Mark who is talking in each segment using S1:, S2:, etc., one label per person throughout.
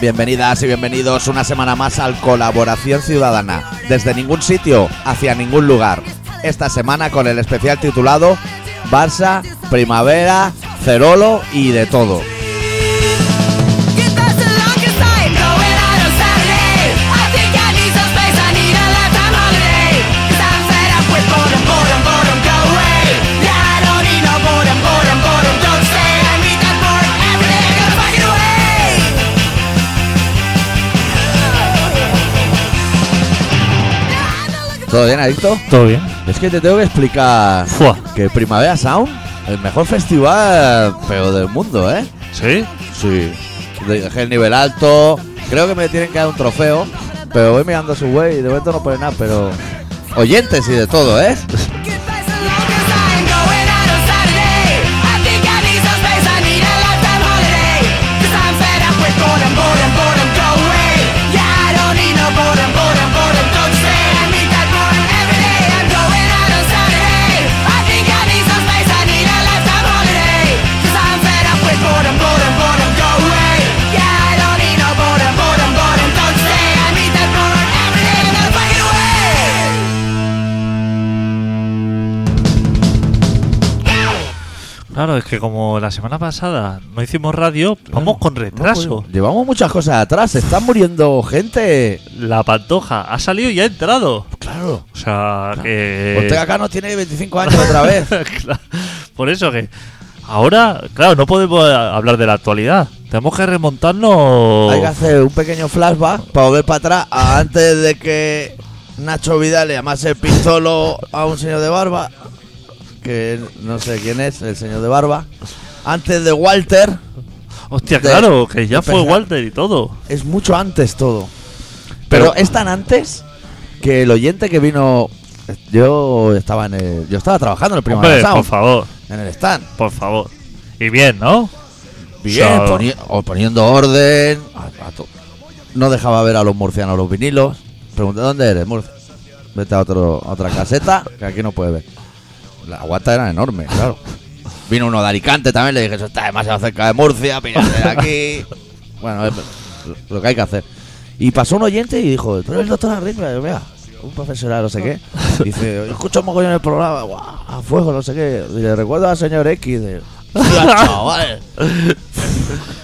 S1: Bienvenidas y bienvenidos una semana más al Colaboración Ciudadana, desde ningún sitio hacia ningún lugar. Esta semana con el especial titulado Barça, Primavera, Cerolo y de todo.
S2: Get lost and locked inside. Going out on Saturday. I think I need some space. I need a lifetime holiday. i I'm fed up with boredom, boredom, boredom. Go away. Yeah, I don't need no boredom, boredom, boredom. Don't stay. I need that boredom every day. I gotta find it away.
S1: ¿Todo bien, Adicto?
S3: Todo bien.
S1: Es que te tengo que explicar
S3: Fua.
S1: que Primavera Sound, el mejor festival pero del mundo, ¿eh?
S3: ¿Sí?
S1: Sí. Dejé el nivel alto. Creo que me tienen que dar un trofeo. Pero voy mirando su web y de momento no pone nada, pero. Oyentes y de todo, ¿eh?
S2: Get lost and locked inside. Going out on Saturday. I think I need some space. I need a lifetime holiday. i I'm fed up with boredom, boredom, boredom. Go away. Yeah, I don't need no boredom, boredom, boredom. Don't stay. I need that boredom every day. I'm going out on Saturday. I think I need some space. I need a lifetime holiday. i I'm fed up with boredom, boredom, boredom. Go away. Yeah, I don't need no boredom, boredom, boredom. Don't stay. I need that boredom every day. I'm gonna find it away.
S3: Claro, es que como la semana pasada no hicimos radio, vamos con retraso.
S1: Llevamos muchas cosas atrás. Se está muriendo gente.
S3: La pantoja ha salido y ha entrado.
S1: Claro. Pues
S3: O sea, que.
S1: Ortega Cano tiene 25 años otra vez.
S3: Claro. Por eso que. Ahora, claro, no podemos a- hablar de la actualidad. Tenemos que remontarnos.
S1: Hay que hacer un pequeño flashback para volver para atrás a antes de que Nacho Vidal le llamase pistolo a un señor de barba. Que no sé quién es, el señor de barba. Antes de Walter.
S3: Hostia,
S1: de-
S3: claro, que ya
S1: de
S3: fue
S1: pensar.
S3: Walter y todo.
S1: Es mucho antes todo. Pero,
S3: Pero-
S1: es tan antes que el oyente que vino. Yo estaba en el. Yo estaba trabajando en el Primavera
S3: Hombre, por
S1: Sound,
S3: favor,
S1: en el stand.
S3: por favor. Y bien, ¿no?
S1: Bien,
S3: O sea,
S1: poni- o poniendo orden. a- a to- no dejaba ver a los murcianos los vinilos. Pregunté, ¿dónde eres, Murcia? Vete a, otro, a otra caseta, que aquí no puedes ver. La guata era enorme, claro. Vino uno de Alicante también, le dije, eso está demasiado cerca de Murcia, píllate de aquí. bueno, es lo que hay que hacer. Y pasó un oyente y dijo, tú eres el doctor Arritmia, yo, mira, un profesional, no sé qué. Dice, yo escucho un mogollón el programa, guau, a fuego, no sé qué. Y le recuerdo al señor X de... "Hostia, chaval,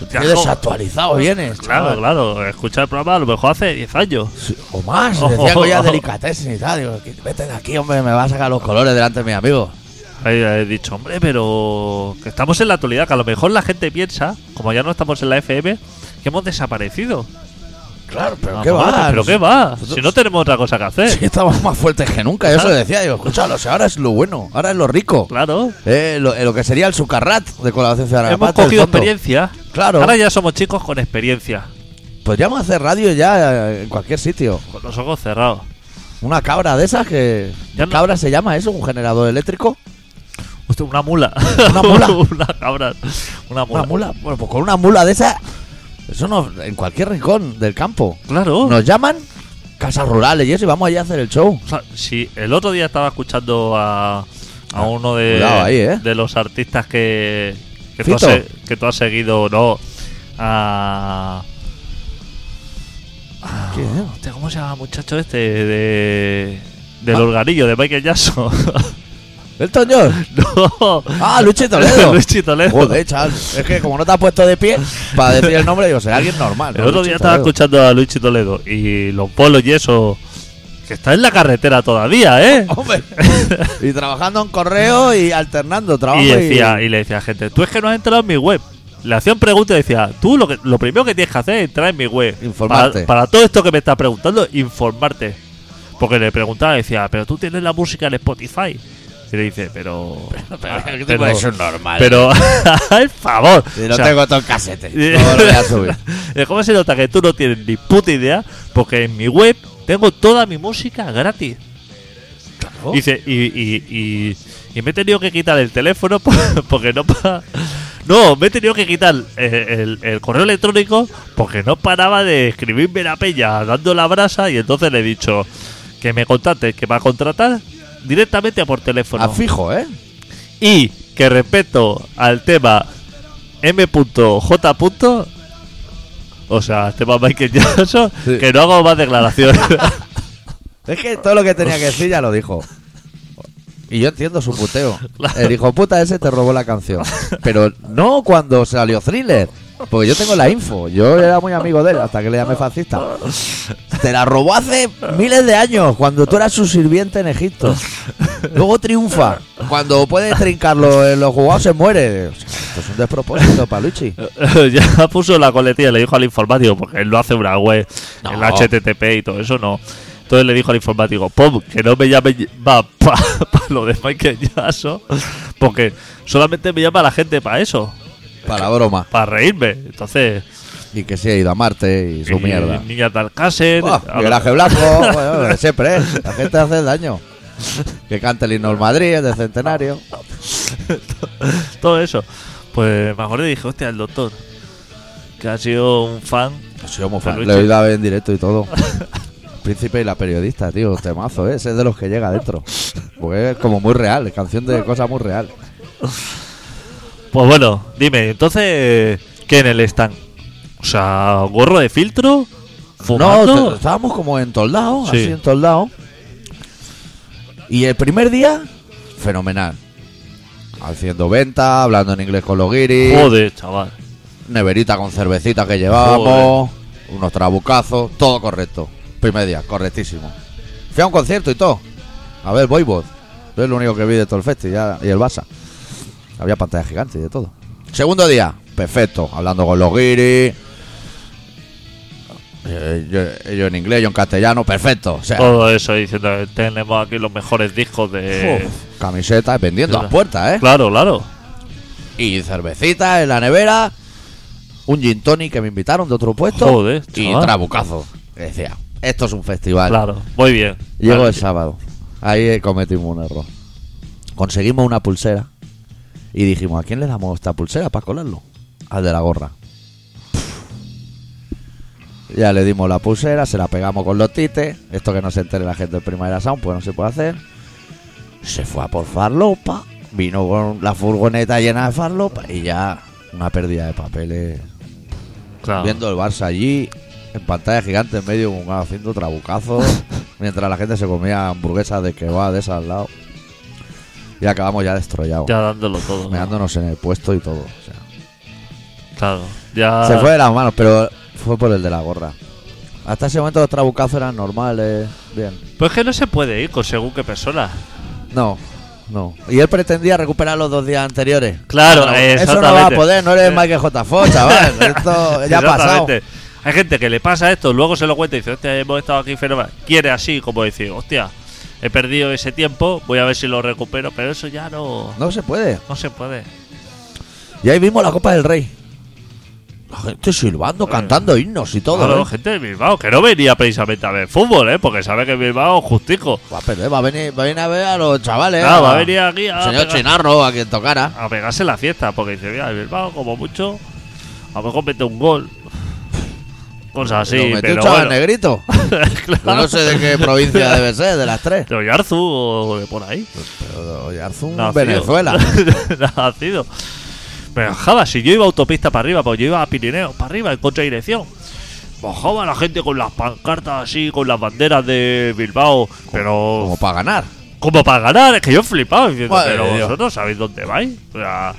S3: Hostia,
S1: Qué
S3: jo-
S1: desactualizado vienes,
S3: Claro,
S1: chaval.
S3: claro. Escuchar el programa a lo mejor hace 10 años.
S1: Sí, O más,
S3: Ojo.
S1: decía que ya delicatessen y tal. Digo, "Que- vete de aquí, hombre, me va a sacar los colores delante de mis amigos.
S3: Ahí he dicho, hombre, pero que estamos en la actualidad, que a lo mejor la gente piensa, como ya no estamos en la FM, que hemos desaparecido.
S1: Claro, pero
S3: Ah,
S1: qué
S3: vamos,
S1: va.
S3: pero qué va,
S1: Nosotros-
S3: si no tenemos otra cosa que hacer.
S1: Sí, estamos más fuertes que nunca, yo se lo
S3: Claro.
S1: decía. Digo, escúchalo, si ahora es lo bueno, ahora es lo rico.
S3: Claro,
S1: Eh, lo, eh, lo que sería el sucarrat de colaboración ciudadana.
S3: hemos
S1: Aparte del
S3: cogido
S1: fondo.
S3: experiencia.
S1: Claro.
S3: Ahora ya somos chicos con experiencia,
S1: Podríamos Pues hacer radio ya eh, en cualquier sitio.
S3: con los ojos cerrados.
S1: Una cabra de esas que.
S3: Ya no-
S1: ¿Cabra se llama eso? ¿Un generador eléctrico?
S3: Hostia, una mula.
S1: Una mula.
S3: una cabra. Una mula.
S1: ¿Una mula? Bueno, pues con una mula de esas. Eso no. En cualquier rincón del campo.
S3: Claro.
S1: Nos llaman casas rurales y eso y vamos allí a hacer el show.
S3: O sea, si el otro día estaba escuchando a, a uno de,
S1: Ah, cuidado ahí, ¿eh?
S3: de los artistas que, que, tú
S1: Fito.
S3: has, se- que tú has seguido, no. A, a-
S1: ¿Quién?
S3: hostia, ¿Cómo se llama el muchacho este? De, del
S1: Ah.
S3: organillo, de Michael Jackson.
S1: ¿Elton John?
S3: no.
S1: Ah, Luchi Toledo.
S3: Luchi Toledo.
S1: Joder, chaval. Es que como no te has puesto de pie para decir el nombre, digo, será alguien normal.
S3: El
S1: ¿no?
S3: otro
S1: Luchi
S3: día estaba
S1: Toledo.
S3: escuchando a Luchi Toledo y los polos y eso. Que está en la carretera todavía, ¿eh?
S1: Hombre. y trabajando en correo y alternando trabajo.
S3: y,
S1: Y,
S3: decía, y le decía a gente, tú es que no has entrado en mi web. Le hacían preguntas y decía, tú lo, que, lo primero que tienes que hacer es entrar en mi web.
S1: Informarte.
S3: Para, para todo esto que me estás preguntando, informarte. Porque le preguntaba, decía, pero tú tienes la música en Spotify. Y le dice, pero.
S1: pero, ¿qué tipo
S3: pero-
S1: de eso es normal?
S3: Pero, al favor.
S1: Si no
S3: O sea,
S1: tengo todo el casete. No lo voy a subir.
S3: ¿Cómo se nota que tú no tienes ni puta idea? Porque en mi web tengo toda mi música gratis.
S1: Oh.
S3: Dice, y, y- y- y me he tenido que quitar el teléfono por- porque no pa- No, me he tenido que quitar el, el- el correo electrónico porque no paraba de escribirme la peña dando la brasa y entonces le he dicho que me contacte, que va a contratar directamente por teléfono.
S1: A fijo, ¿eh?
S3: Y que respecto al tema M.J. O sea, este más Michael Jackson,
S1: Sí.
S3: que no hago más declaraciones.
S1: Es que todo lo que tenía que decir ya lo dijo. Y yo entiendo su puteo.
S3: Claro.
S1: El hijo puta ese te robó la canción. Pero no cuando salió thriller. Porque yo tengo la info. Yo era muy amigo de él hasta que le llamé fascista. Te la robó hace miles de años, cuando tú eras su sirviente en Egipto. Luego triunfa. Cuando puedes trincarlo en los jugados se muere. O sea, Esto es un despropósito, Paluchi.
S3: ya puso la coletilla, le dijo al informático, porque él no hace una web,
S1: No.
S3: el HTTP y todo eso, no. Entonces le dijo al informático, pum, que no me llame para lo de Michael Jackson, porque solamente me llama la gente para eso,
S1: Para la broma.
S3: para reírme. Entonces,
S1: Y que se ha ido a Marte y su
S3: y
S1: mierda.
S3: Niña Talcácer,
S1: Buah,
S3: a-
S1: Miguelaje Blanco, bueno, siempre, ¿eh? la gente hace daño. Que cante el himno del Madrid, el de centenario.
S3: todo eso. Pues me acuerdo y dije, hostia, el doctor, que ha sido un fan.
S1: Soy muy
S3: Pero
S1: fan.
S3: Lucho-
S1: Le he oído a ver en directo y todo. Príncipe y la periodista, tío, temazo, ¿eh? ese es de los que llega adentro. Porque es como muy real, es canción de cosas muy real.
S3: Pues bueno, dime, entonces, ¿qué en el stand? O sea, gorro de filtro,
S1: No,
S3: fumando.
S1: te- estábamos como entoldados,
S3: Pues Sí.
S1: así entoldados. Y el primer día, fenomenal. Haciendo venta, hablando en inglés con los guiris.
S3: Joder, chaval.
S1: neverita con cervecita que llevábamos, unos trabucazos, todo correcto. Primer día, correctísimo. Fui a un concierto y todo. A ver, Voivod. Yo es lo único que vi de todo el festi ya- y el Basa. Había pantalla gigante y de todo. Segundo día, perfecto. Hablando con los guiris. Eh, yo, yo en inglés, yo en castellano, perfecto. O sea,
S3: Todo eso diciendo que tenemos aquí los mejores discos de.
S1: uf, camisetas vendiendo a puertas, ¿eh?
S3: Claro, claro.
S1: Y cervecita en la nevera. Un gin tonic que me invitaron de otro puesto.
S3: Joder,
S1: y
S3: chaval.
S1: trabucazo. Y Decía, esto es un festival.
S3: Claro, muy bien.
S1: Llegó
S3: Vale.
S1: el sábado. Ahí eh, cometimos un error. Conseguimos una pulsera. Y dijimos, ¿a quién le damos esta pulsera para colarlo? Al de la gorra. Ya le dimos la pulsera, se la pegamos con los tites. Esto que no se entere la gente del Primavera Sound, pues no se puede hacer. Se fue a por farlopa. Vino con la furgoneta llena de farlopa. Y ya, una pérdida de papeles
S3: Claro.
S1: viendo el Barça allí en pantalla gigante en medio como haciendo trabucazos mientras la gente se comía hamburguesas de que va de esas al lado y acabamos ya destrollados
S3: Ya dándolo todo. ¿no?
S1: meándonos en el puesto y todo o sea,
S3: Claro. Ya.
S1: se fue de las manos pero fue por el de la gorra hasta ese momento los trabucazos eran normales bien
S3: Pues es que no se puede ir con según qué persona.
S1: no no y él pretendía recuperar los dos días anteriores
S3: Claro,
S1: Pero eso no
S3: exactamente. Eh.
S1: va a poder no eres Michael J. Fox chaval esto ya ha pasado
S3: Exactamente. Hay gente que le pasa esto, luego se lo cuenta y dice, hostia, hemos estado aquí fenomenal. Quiere así, como decir, hostia, he perdido ese tiempo, voy a ver si lo recupero, pero eso ya no, no.
S1: no se puede
S3: se puede.
S1: Y ahí vimos la Copa del Rey. La gente silbando, cantando himnos y todo.
S3: Claro,
S1: ¿eh?
S3: gente de Bilbao, que no venía precisamente a ver fútbol, ¿eh? porque sabe que Bilbao es justico.
S1: Va, pero, eh, va a venir, va a venir a ver a los chavales.
S3: Claro,
S1: a-
S3: va a venir aquí a,
S1: al Señor
S3: pegar-
S1: Chinarro, a quien tocara.
S3: a pegarse la fiesta, porque dice, mira, el Bilbao, como mucho, a lo mejor mete un gol. Cosas
S1: Lo
S3: así,
S1: metió
S3: pero
S1: un chaval
S3: bueno.
S1: negrito. Yo
S3: Claro.
S1: no sé de qué provincia debe ser, de las tres.
S3: De Oyarzú o de por ahí.
S1: Pero Oyarzún,
S3: Nacido.
S1: Venezuela.
S3: Nacido. Pero jada, si yo iba a autopista para arriba, pues yo iba a Pirineos para arriba, en contra dirección. Bajaba la gente con las pancartas así, con las banderas de Bilbao, pero
S1: Como para ganar.
S3: como para ganar, es que yo flipaba diciendo,
S1: Madre
S3: pero
S1: de Dios.
S3: vosotros sabéis dónde vais. O sea,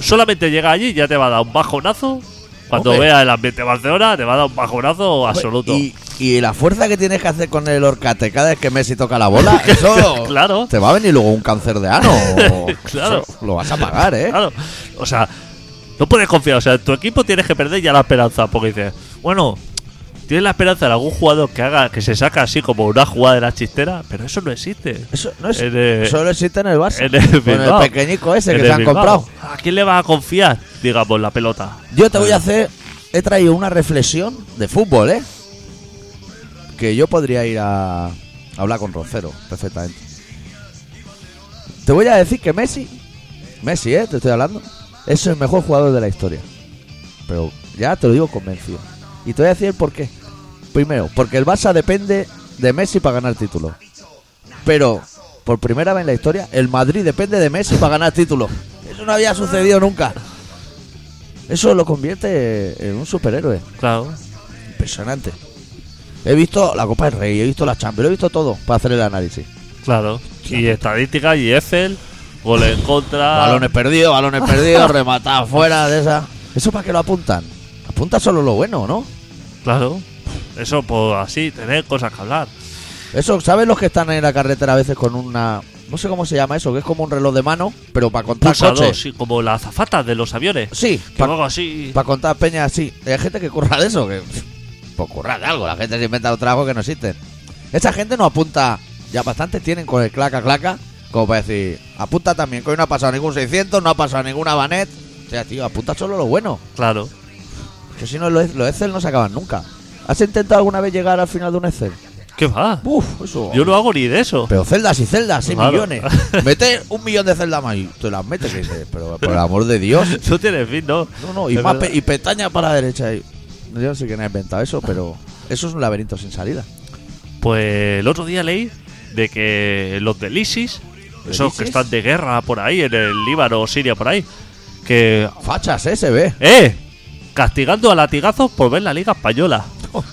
S3: solamente llega allí y ya te va a dar un bajonazo. Cuando
S1: Hombre.
S3: veas el ambiente de Barcelona, te va a dar un bajonazo absoluto.
S1: Y, y la fuerza que tienes que hacer con el orcate cada vez que Messi toca la bola, eso.
S3: Claro.
S1: Te va a venir luego un cáncer de ano. o-
S3: Claro.
S1: eso Lo vas a pagar, ¿eh?
S3: Claro. O sea, no puedes confiar. O sea, tu equipo tienes que perder ya la esperanza. Porque dices, bueno, tienes la esperanza de algún jugador que haga, que se saca así como una jugada de la chistera, pero eso no existe.
S1: Eso no es.
S3: En, eh,
S1: solo existe en el Barça.
S3: en el
S1: con el
S3: Bilbao.
S1: pequeñico ese
S3: En
S1: que
S3: el
S1: se han
S3: Bilbao.
S1: comprado.
S3: ¿A quién le vas a confiar, digamos, la pelota?
S1: Yo te voy a hacer. He traído una reflexión de fútbol, ¿eh? Que yo podría ir a, a hablar con Rocero perfectamente. Te voy a decir que Messi. Messi, ¿eh? Te estoy hablando. Es el mejor jugador de la historia. Pero ya te lo digo convencido. Y te voy a decir el por qué. Primero, porque el Barça depende de Messi para ganar títulos. Pero, por primera vez en la historia, el Madrid depende de Messi para ganar títulos. Eso no había sucedido nunca. Eso lo convierte en un superhéroe.
S3: Claro.
S1: Impresionante. He visto la Copa del Rey, he visto la Champions, he visto todo para hacer el análisis.
S3: Claro. Y estadísticas y Excel, goles en contra.
S1: Balones perdidos, balones perdidos, rematadas fuera de esa. ¿Eso para qué lo apuntan? Apunta solo lo bueno, ¿no?
S3: Claro. Eso, pues así, tener cosas que hablar.
S1: Eso, ¿sabes los que están en la carretera a veces con una. No sé cómo se llama eso, que es como un reloj de mano, pero para contar
S3: Pulsador,
S1: coches.
S3: sí, como las azafatas de los aviones.
S1: Sí,
S3: Que
S1: para
S3: luego así.
S1: contar peña así. Hay gente que curra de eso, que. Pues curra de algo, la gente se inventa los trabajos que no existen. Esa gente no apunta. Ya bastante tienen con el claca claca, como para decir, apunta también, que hoy no ha pasado ningún 600, no ha pasado ninguna Banet. O sea, tío, apunta solo lo bueno.
S3: Claro.
S1: Que si no, los, los Excel no se acaban nunca. ¿Has intentado alguna vez llegar al final de un Excel?
S3: ¿Qué va?
S1: Uf, eso.
S3: Yo no hago ni de eso.
S1: Pero celdas y celdas, 6
S3: Claro.
S1: millones. Mete un millón de celdas más y te las metes, que dices, pero por el amor de Dios.
S3: Tú tienes fin, ¿no?
S1: No, no, y,
S3: Es
S1: más
S3: verdad.
S1: pe- y pestañas para la derecha. y- Yo no sé quién ha inventado eso, pero eso es un laberinto sin salida.
S3: Pues el otro día leí de que los del ISIS,
S1: ¿Del
S3: esos que
S1: ISIS?
S3: están de guerra por ahí, en el Líbano o Siria por ahí, que.
S1: Fachas, ¿eh? Se ve.
S3: ¡Eh! Castigando a latigazos por ver la Liga Española.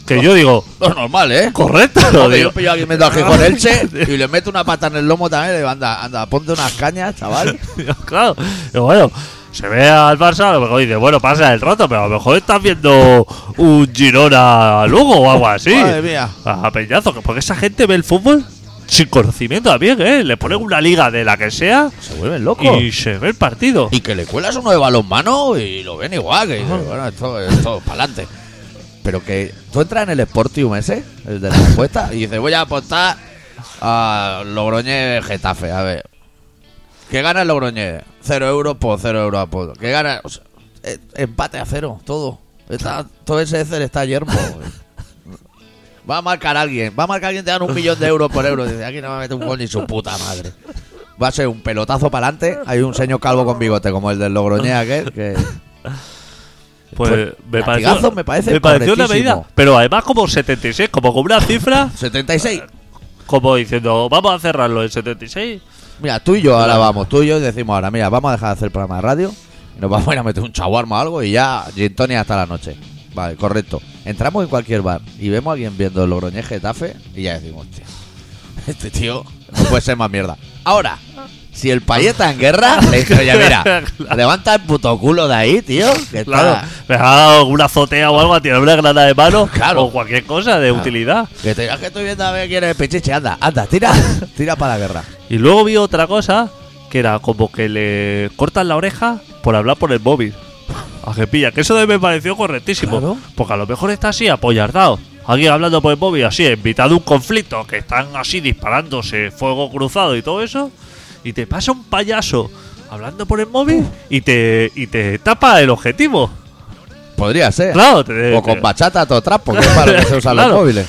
S3: Que yo digo,
S1: Lo normal, ¿eh?
S3: correcto,
S1: Joder,
S3: digo.
S1: yo pillo a alguien metiendo al Gijón Elche y le meto una pata en el lomo también. Le digo, anda, anda, ponte unas cañas, chaval.
S3: claro, pero bueno, se ve al Barça, a lo mejor dice, bueno, pasa el rato, pero a lo mejor estás viendo un Girona Lugo o algo así.
S1: Madre mía.
S3: A peñazo, que porque esa gente ve el fútbol sin conocimiento también, ¿eh? Le ponen una liga de la que sea
S1: Se vuelven locos.
S3: y se ve el partido.
S1: Y que le cuelas uno de balonmano y lo ven igual. Que dices, bueno, esto, esto para adelante. Pero que tú entras en el Sportium ese, el de la apuesta, y dices, voy a apostar a Logroñez Getafe. A ver, que gana el Logroñez? Cero euros por cero euros apuesto. Que gana? O sea, eh, empate a cero, todo. Está, todo ese Excel está yermo. Va a marcar alguien, va a marcar alguien, te dan un millón de euros por euro. Dice, aquí no me mete un gol ni su puta madre. Va a ser un pelotazo para adelante. Hay un señor calvo con bigote, como el del Logroñés aquel, que
S3: Pues me
S1: latigazos
S3: pareció,
S1: me parece
S3: pareció una
S1: correctísimo.
S3: medida, pero además como 76, como con una cifra,
S1: 76.
S3: como diciendo, vamos a cerrarlo en 76.
S1: Mira, tú y yo ahora vamos, tú y yo decimos ahora, mira, vamos a dejar de hacer el programa de radio y nos vamos a ir a meter un chaguarma o algo y ya gin tonic hasta la noche. Vale, correcto. Entramos en cualquier bar y vemos a alguien viendo el Logroñés Getafe y ya decimos, hostia, este tío no puede ser más mierda. Ahora, si el payeta en guerra, le dice, oye, mira, levanta el puto culo de ahí, tío, que está-
S3: Claro, me ha dado una azotea o algo, a tirar una granada de mano
S1: Claro. Ah.
S3: o cualquier cosa de utilidad.
S1: que te digas que estoy viendo a ver quién es el pichiche, anda, anda, tira, tira para la guerra.
S3: Y luego vi otra cosa que era como que le cortan la oreja por hablar por el móvil. A que pilla, que eso de- me pareció correctísimo.
S1: Claro.
S3: Porque a lo mejor está así apoyardado. Alguien hablando por el móvil, así, en mitad de un conflicto, que están así disparándose, fuego cruzado y todo eso. Y te pasa un payaso hablando por el móvil y te, y te tapa el objetivo.
S1: Podría ser.
S3: Claro, te-
S1: Eh. O con
S3: te-
S1: bachata a todo trapo, que es para lo que se usan
S3: Claro.
S1: los móviles.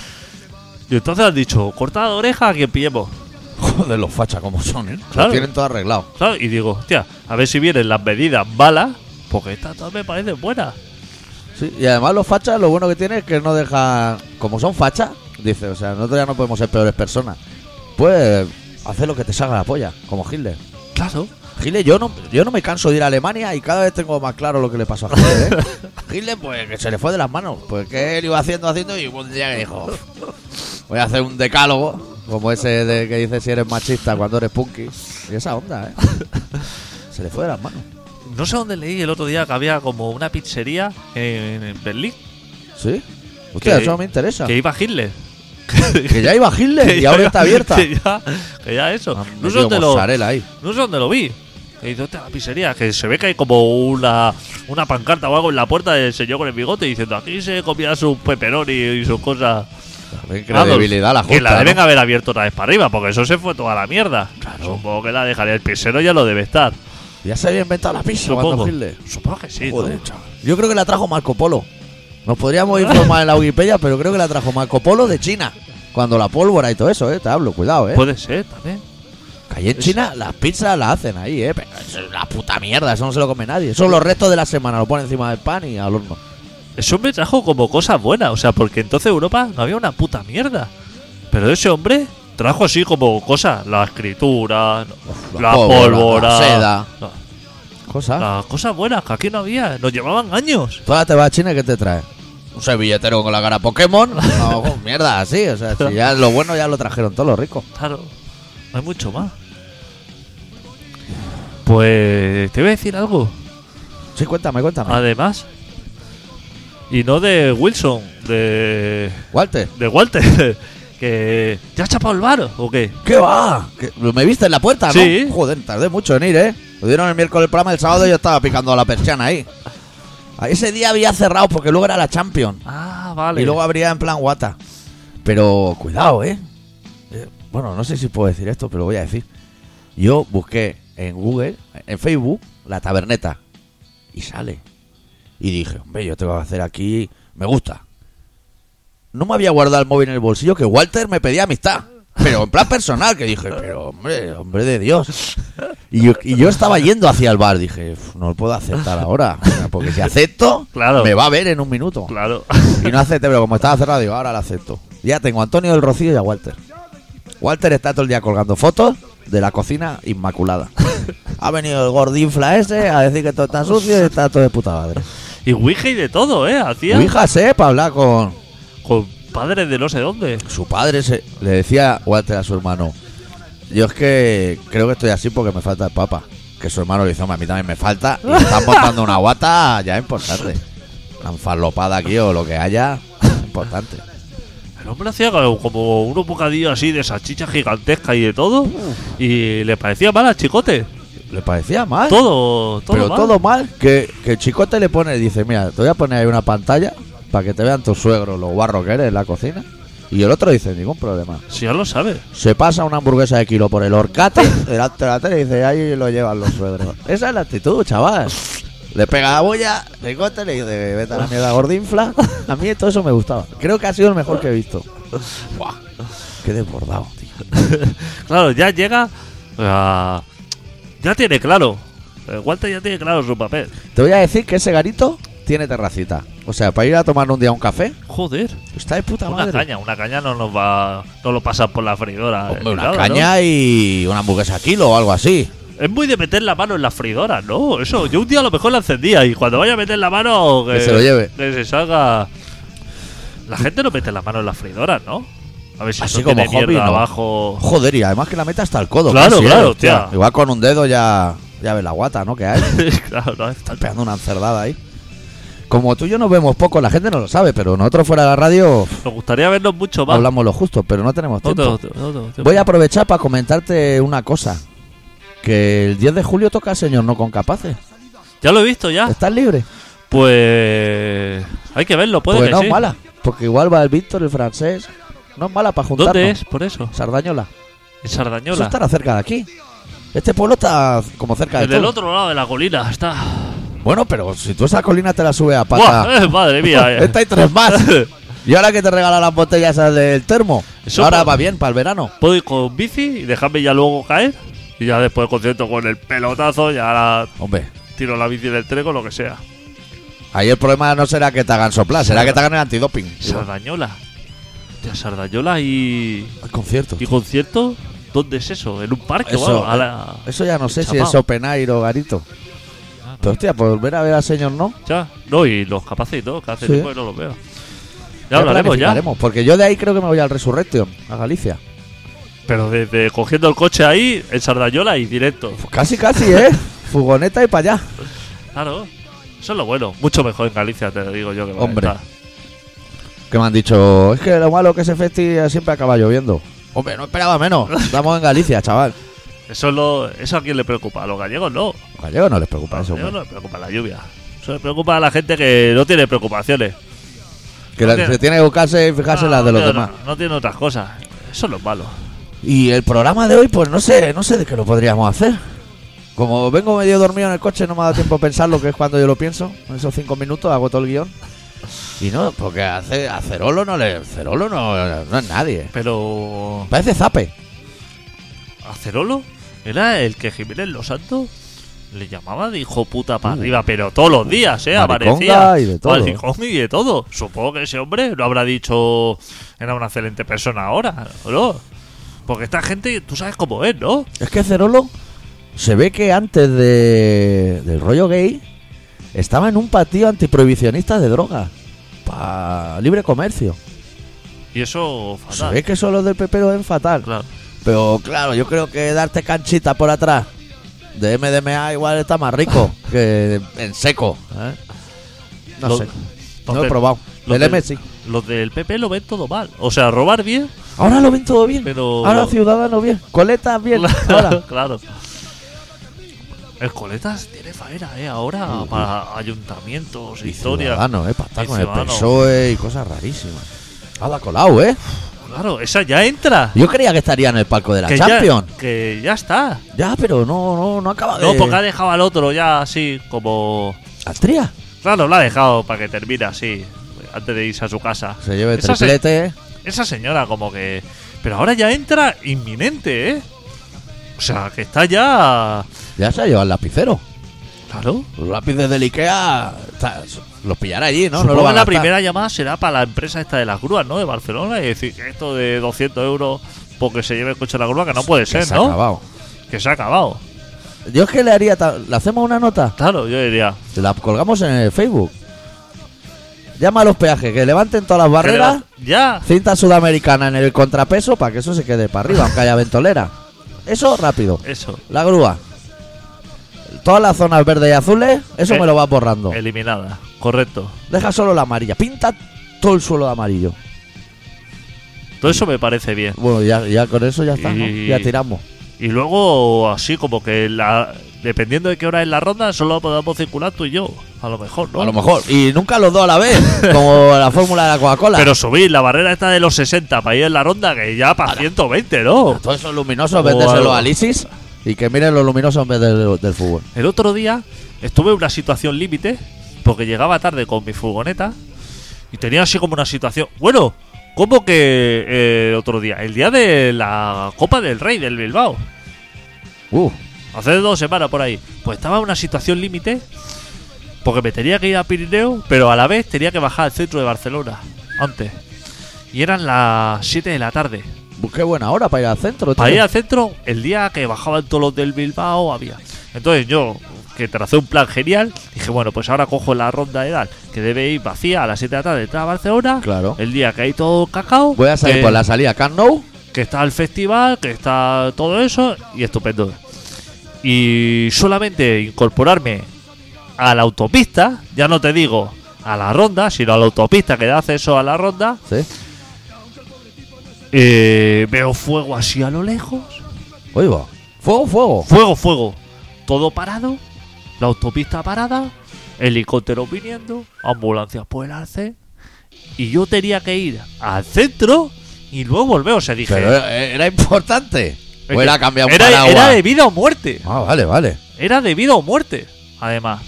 S3: Y entonces han dicho, cortada oreja a quien pillemos.
S1: Joder, los fachas como son, ¿eh?
S3: Claro.
S1: Lo tienen todo arreglado.
S3: Claro, Y digo, hostia, a ver si vienen las medidas malas, porque estas todas me parecen buenas.
S1: Sí, y además los fachas lo bueno que tienen es que no dejan... Como son fachas, dice, o sea, nosotros ya no podemos ser peores personas. Pues hacer lo que te salga la polla, como Hitler.
S3: Claro.
S1: Hitler, yo no, yo no me canso de ir a Alemania y cada vez tengo más claro lo que le pasó a Hitler, ¿eh? Hitler, pues, que se le fue de las manos. Pues que él iba haciendo, haciendo y un día que dijo... Voy a hacer un decálogo, como ese de que dice si eres machista cuando eres punky. Y esa onda, ¿eh? Se le fue de las manos.
S3: No sé dónde leí el otro día que había como una pizzería en, en Berlín
S1: ¿Sí? Hostia,
S3: Que-
S1: eso no me interesa.
S3: que
S1: Que,
S3: iba Hitler.
S1: ya iba Hitler y ahora está abierta.
S3: Que ya, que ya eso.
S1: Han
S3: no, sé
S1: metido
S3: dónde lo,
S1: mozzarella ahí.
S3: no sé dónde lo vi. Y dice, "Hostia, la pizzería, que se ve que hay como una, una pancarta o algo en la puerta del señor con el bigote diciendo aquí se comía su peperón y, y sus cosas.
S1: Qué Credibilidad la
S3: Vamos, Ah, Que
S1: justa,
S3: la deben
S1: ¿no?
S3: haber abierto otra vez para arriba, porque eso se fue toda la mierda. Supongo que la dejaría el pizzero, ya lo debe estar.
S1: Ya se había inventado la pizza cuando
S3: Supongo.
S1: Hitler.
S3: Supongo que sí.
S1: Joder,
S3: ¿no?
S1: chaval. Yo creo que la trajo Marco Polo. Nos podríamos informar en la Wikipedia, pero creo que la trajo Marco Polo de China. Cuando la pólvora y todo eso, eh, te hablo, cuidado, eh.
S3: Puede ser también.
S1: Que allí en China las pizzas las hacen ahí, eh. Pero eso es una puta mierda, eso no se lo come nadie. Son los restos de la semana, lo ponen encima del pan y al horno.
S3: Eso me trajo como cosas buenas, o sea, porque entonces Europa no había una puta mierda. Pero ese hombre trajo así como cosas, la escritura,
S1: la
S3: la
S1: pólvora,
S3: pólvora,
S1: la seda.
S3: la-
S1: cosas.
S3: Las cosas buenas que aquí no había. Nos llevaban años.
S1: Tú ahora te vas a China y ¿qué te trae? Un servilletero con la cara Pokémon. No, mierda, así. O sea, si ya lo bueno ya lo trajeron todos los ricos.
S3: Claro, no hay mucho más. Pues te voy a decir algo.
S1: Sí, cuéntame, cuéntame.
S3: Además, y no de Wilson, de,
S1: Walter.
S3: de Walter, que ya ha chapado el bar o qué.
S1: ¿Qué va? ¿Qué- ¿Me viste en la puerta, no?
S3: Sí.
S1: Joder, tardé mucho en ir, ¿eh? Lo dieron el miércoles el programa, el sábado yo estaba picando la persiana ahí. A Ese día había cerrado porque luego era la Champions.
S3: Ah, vale.
S1: Y luego habría en plan guata. Pero cuidado, ¿eh? Eh, Bueno, no sé si puedo decir esto, pero voy a decir. Yo busqué en Google, en Facebook, la taberneta. Y sale. Y dije, hombre, yo tengo que hacer aquí. Me gusta. No me había guardado el móvil en el bolsillo que Walter me pedía amistad. Pero en plan personal, que dije, pero hombre, hombre de Dios. Y yo, y yo estaba yendo hacia el bar, dije, "Uf, no lo puedo aceptar ahora. O sea, Porque si acepto,
S3: Claro.
S1: me va a ver en un minuto.
S3: Claro.
S1: Y no acepté, pero como estaba cerrado, digo, ahora la acepto. Ya tengo a Antonio del Rocío y a Walter. Walter está todo el día colgando fotos de la cocina inmaculada. ha venido el gordinfla ese a decir que todo está sucio y está todo de puta madre.
S3: y Ouija y de todo, ¿eh? Hacía
S1: Hija sé, para hablar con
S3: con padres de no sé dónde.
S1: su padre. se- le decía Walter a su hermano, yo es que creo que estoy así porque me falta el papa. Que su hermano le dice, "Hombre, a mí también me falta. Y están montando una guata ya importante. La enfalopada aquí o lo que haya, importante.
S3: El hombre hacía como como unos bocadillos así de salchicha gigantesca y de todo. Y le parecía mal al chicote.
S1: Le parecía mal.
S3: Todo, todo.
S1: pero
S3: mal.
S1: todo mal que, que el chicote le pone, dice, mira, te voy a poner ahí una pantalla para que te vean tus suegros, lo guarro que eres en la cocina. Y el otro dice, ningún problema.
S3: Si ya lo sabe.
S1: Se pasa una hamburguesa de kilo por el horcate delante de la tele y dice, ahí lo llevan los suegros. Esa es la actitud, chaval. Le pega la bulla, chicote le dice, vete a la mierda gordinfla. A mí todo eso me gustaba. Creo que ha sido el mejor que he visto. Buah, qué desbordado, tío.
S3: Claro, ya llega. a- ya tiene claro. Eh, Walter ya tiene claro su papel.
S1: Te voy a decir que ese garito tiene terracita. O sea, para ir a tomar un día un café,
S3: Joder.
S1: está de puta
S3: Una
S1: madre.
S3: caña, una caña no nos va. No lo pasa por la freidora.
S1: Hombre,
S3: eh,
S1: una
S3: nada, ¿no?
S1: caña y una hamburguesa a kilo o algo así.
S3: Es muy de meter la mano en la freidora, ¿no? Eso, yo un día a lo mejor la encendía y cuando vaya a meter la mano.
S1: Que se lo lleve.
S3: Que se salga. La gente no mete la mano en la freidora, ¿no? A ver si
S1: Así
S3: eso
S1: como
S3: tiene
S1: hobby,
S3: mierda
S1: no.
S3: abajo.
S1: Joder, y además que la meta hasta el codo.
S3: Claro,
S1: casi, ¿eh?
S3: claro,
S1: Hostia,
S3: tía.
S1: Igual con un dedo ya, ya ves la guata, ¿no? Que hay.
S3: claro, no, está-
S1: Están pegando una encerdada ahí. Como tú y yo nos vemos poco, la gente no lo sabe, pero nosotros fuera de la radio pff,
S3: Nos gustaría vernos mucho más.
S1: hablamos lo justo, pero no tenemos
S3: No
S1: tiempo.
S3: tengo- no tengo tiempo.
S1: Voy a aprovechar para comentarte una cosa. Que el 10 de julio toca Señor No Con Capaces.
S3: Ya lo he visto ya.
S1: ¿Estás libre?
S3: Pues. Hay que verlo, puede
S1: pues
S3: que
S1: no
S3: sí.
S1: es mala. Porque igual va el Víctor, el francés. No es mala para juntarnos.
S3: ¿Dónde es? Por eso.
S1: Sardañola.
S3: En
S1: Eso
S3: Sardañola.
S1: estará cerca de aquí. Este pueblo está como cerca de
S3: En el
S1: todo.
S3: otro lado de la colina está.
S1: Bueno, pero si tú esa colina te la subes a
S3: Buah,
S1: pata.
S3: eh, madre mía. eh.
S1: Esta hay tres más. Y ahora que te regalan las botellas esas del termo.
S3: Eso
S1: ahora
S3: por-
S1: va bien para el verano.
S3: Puedo ir con bici y dejarme ya luego caer. Y ya después del concierto con el pelotazo, ya la-
S1: Hombre,
S3: tiro la bici del tren o lo que sea.
S1: ahí el problema no será que te hagan soplar, será que te hagan el antidoping.
S3: Sardañola. Hostia, Sardañola y.
S1: Al concierto.
S3: ¿Y concierto? ¿Dónde es eso? ¿En un parque o
S1: Eso, eh,
S3: algo? A la-
S1: Eso ya no sé si
S3: Chapao.
S1: es open air o garito. Pero hostia, por volver a ver al señor no.
S3: Ya. No, y los capaces y todo, que hace
S1: Sí.
S3: tiempo que no los veo. Ya hablaremos ya.
S1: planificaremos, Porque yo de ahí creo que me voy al Resurrection, a Galicia.
S3: Pero desde cogiendo el coche ahí, en Sardañola y directo.
S1: Pues casi, casi, ¿eh? Fugoneta y para allá.
S3: Claro. Eso es lo bueno. Mucho mejor en Galicia, te lo digo yo que va a
S1: Hombre.
S3: estar.
S1: Que me han dicho, es que lo malo que ese festi siempre acaba lloviendo. Hombre, no esperaba menos. Estamos en Galicia, chaval.
S3: Eso, es lo, eso a quién le preocupa. A los gallegos no.
S1: A gallegos no les preocupa
S3: A los
S1: eso.
S3: gallegos
S1: hombre.
S3: no les preocupa la lluvia. Eso le preocupa a la gente que no tiene preocupaciones.
S1: Que
S3: no
S1: la-
S3: tiene-
S1: se tiene que buscarse y fijarse en
S3: Ah,
S1: las de
S3: no
S1: los
S3: tiene-
S1: demás.
S3: No tiene otras cosas. Eso es lo malo.
S1: Y el programa de hoy, pues no sé, no sé de qué lo podríamos hacer. Como vengo medio dormido en el coche, no me ha dado tiempo a pensar lo que es cuando yo lo pienso. En esos cinco minutos hago todo el guión. Y no, porque a, Ce- a Cerolo no le. Cerolo no, no es nadie.
S3: Pero.
S1: Parece Zape.
S3: Acerolo era el que Jiménez Los Santos le llamaba de hijo puta para arriba, pero todos los días, ¿eh?
S1: Mm. Mariconga
S3: Aparecía.
S1: y de todo, ¿eh?
S3: Maricón y de todo. Supongo que ese hombre lo habrá dicho. Era una excelente persona ahora, ¿o ¿no? Porque esta gente, tú sabes cómo es, ¿no?
S1: Es que Cerolo se ve que antes de, del rollo gay estaba en un patio antiprohibicionista de drogas. Para libre comercio.
S3: Y eso
S1: Se
S3: fatal.
S1: ve que eso los del PP lo ven fatal.
S3: Claro.
S1: Pero claro, yo creo que darte canchita por atrás de MDMA igual está más rico que en seco. ¿eh? No
S3: Lo-
S1: sé.
S3: los
S1: No lo he
S3: del-
S1: probado.
S3: los
S1: El
S3: del-
S1: M sí.
S3: Los del PP lo ven todo mal. O sea, robar bien.
S1: Ahora lo ven todo bien.
S3: Pero-
S1: Ahora Ciudadanos bien. Coletas bien. Ahora.
S3: claro. El Coletas tiene faena, ¿eh? Ahora para ayuntamientos,
S1: Y
S3: historia.
S1: Ciudadanos, eh. Para estar
S3: Y
S1: con el
S3: Ciudadanos.
S1: PSOE E y cosas rarísimas. Ah, la colao, eh.
S3: Claro, esa ya entra.
S1: Yo creía que estaría en el palco de la
S3: que, ya,
S1: Champions. Eh.
S3: que ya está.
S1: Ya. pero no, no, no acaba de.
S3: No, porque ha dejado al otro ya así, como.
S1: Astria.
S3: Claro, lo ha dejado para que termine así, antes de irse a su casa.
S1: Se lleve
S3: esa, se-
S1: triplete.
S3: esa señora, como que. Pero ahora ya entra inminente, ¿eh? O sea, que está ya.
S1: Ya se ha llevado el lapicero.
S3: Claro.
S1: Los lápices del Ikea está- los pillará allí, ¿no?
S3: Supongo
S1: no lo van
S3: que
S1: a
S3: la
S1: gastar.
S3: primera llamada será para la empresa esta de las grúas, ¿no? De Barcelona. Y decir que esto de 200 euros porque se lleve el coche a la grúa, que no puede
S1: Que
S3: ser,
S1: se ha
S3: ¿no?
S1: acabado.
S3: Que se ha acabado.
S1: Yo es que le haría. ta- Le hacemos una nota.
S3: Claro, yo diría.
S1: La colgamos en el Facebook. Llama a los peajes, que levanten todas las
S3: que le
S1: barreras.
S3: va- Ya.
S1: Cinta sudamericana en el contrapeso para que eso se quede para arriba, aunque haya ventolera. Eso rápido.
S3: Eso.
S1: La grúa. Todas las zonas verdes y azules, eso
S3: Eh,
S1: me lo vas borrando.
S3: Eliminada. Correcto.
S1: Deja solo la amarilla. Pinta todo el suelo de amarillo.
S3: Todo eso me parece bien.
S1: Bueno, ya, ya con eso ya está, ¿no?
S3: Y-
S1: Ya tiramos.
S3: Y luego, así como que la, dependiendo de qué hora es la ronda, solo podamos circular tú y yo. A lo mejor, ¿no?
S1: mejor. Y nunca los dos a la vez, como la fórmula de la Coca-Cola.
S3: Pero subir la barrera esta de los 60 para ir en la ronda, que ya para 120, ¿no?
S1: Todos esos luminosos,
S3: O
S1: vendérselo
S3: algo.
S1: a Lisis y que miren los luminosos en vez del, del fútbol.
S3: El otro día estuve en una situación límite porque llegaba tarde con mi furgoneta y tenía así como una situación. Bueno, ¿cómo que eh, el otro día? El día de la Copa del Rey del Bilbao.
S1: Uh,
S3: Hace dos semanas por ahí. Pues estaba en una situación límite porque me tenía que ir a Pirineo, pero a la vez tenía que bajar al centro de Barcelona antes. Y eran las 7 de la tarde.
S1: qué buena hora para ir al centro.
S3: Para
S1: tío.
S3: ir al centro, el día que bajaban todos los del Bilbao había. Entonces yo, que tracé un plan genial, dije, bueno, pues ahora cojo la ronda de edad, que debe ir vacía a las 7 de la tarde detrás de Barcelona.
S1: Claro.
S3: El día que hay todo cacao.
S1: Voy a salir
S3: que-
S1: por la salida Camp Nou.
S3: que está el festival, que está todo eso, y estupendo. Y solamente incorporarme a la autopista, ya no te digo a la ronda, sino a la autopista que da acceso a la ronda,
S1: Sí.
S3: eh, veo fuego así a lo lejos,
S1: Oye, va. Fuego, fuego.
S3: fuego, fuego, todo parado, la autopista parada, helicópteros viniendo, ambulancias por el arce, y yo tenía que ir al centro y luego volver, o sea, dije...
S1: Pero era, era importante.
S3: es
S1: O
S3: que
S1: era cambiar un
S3: era-
S1: paraguas.
S3: era de vida o muerte.
S1: Ah, vale, vale.
S3: Era de vida o muerte, además.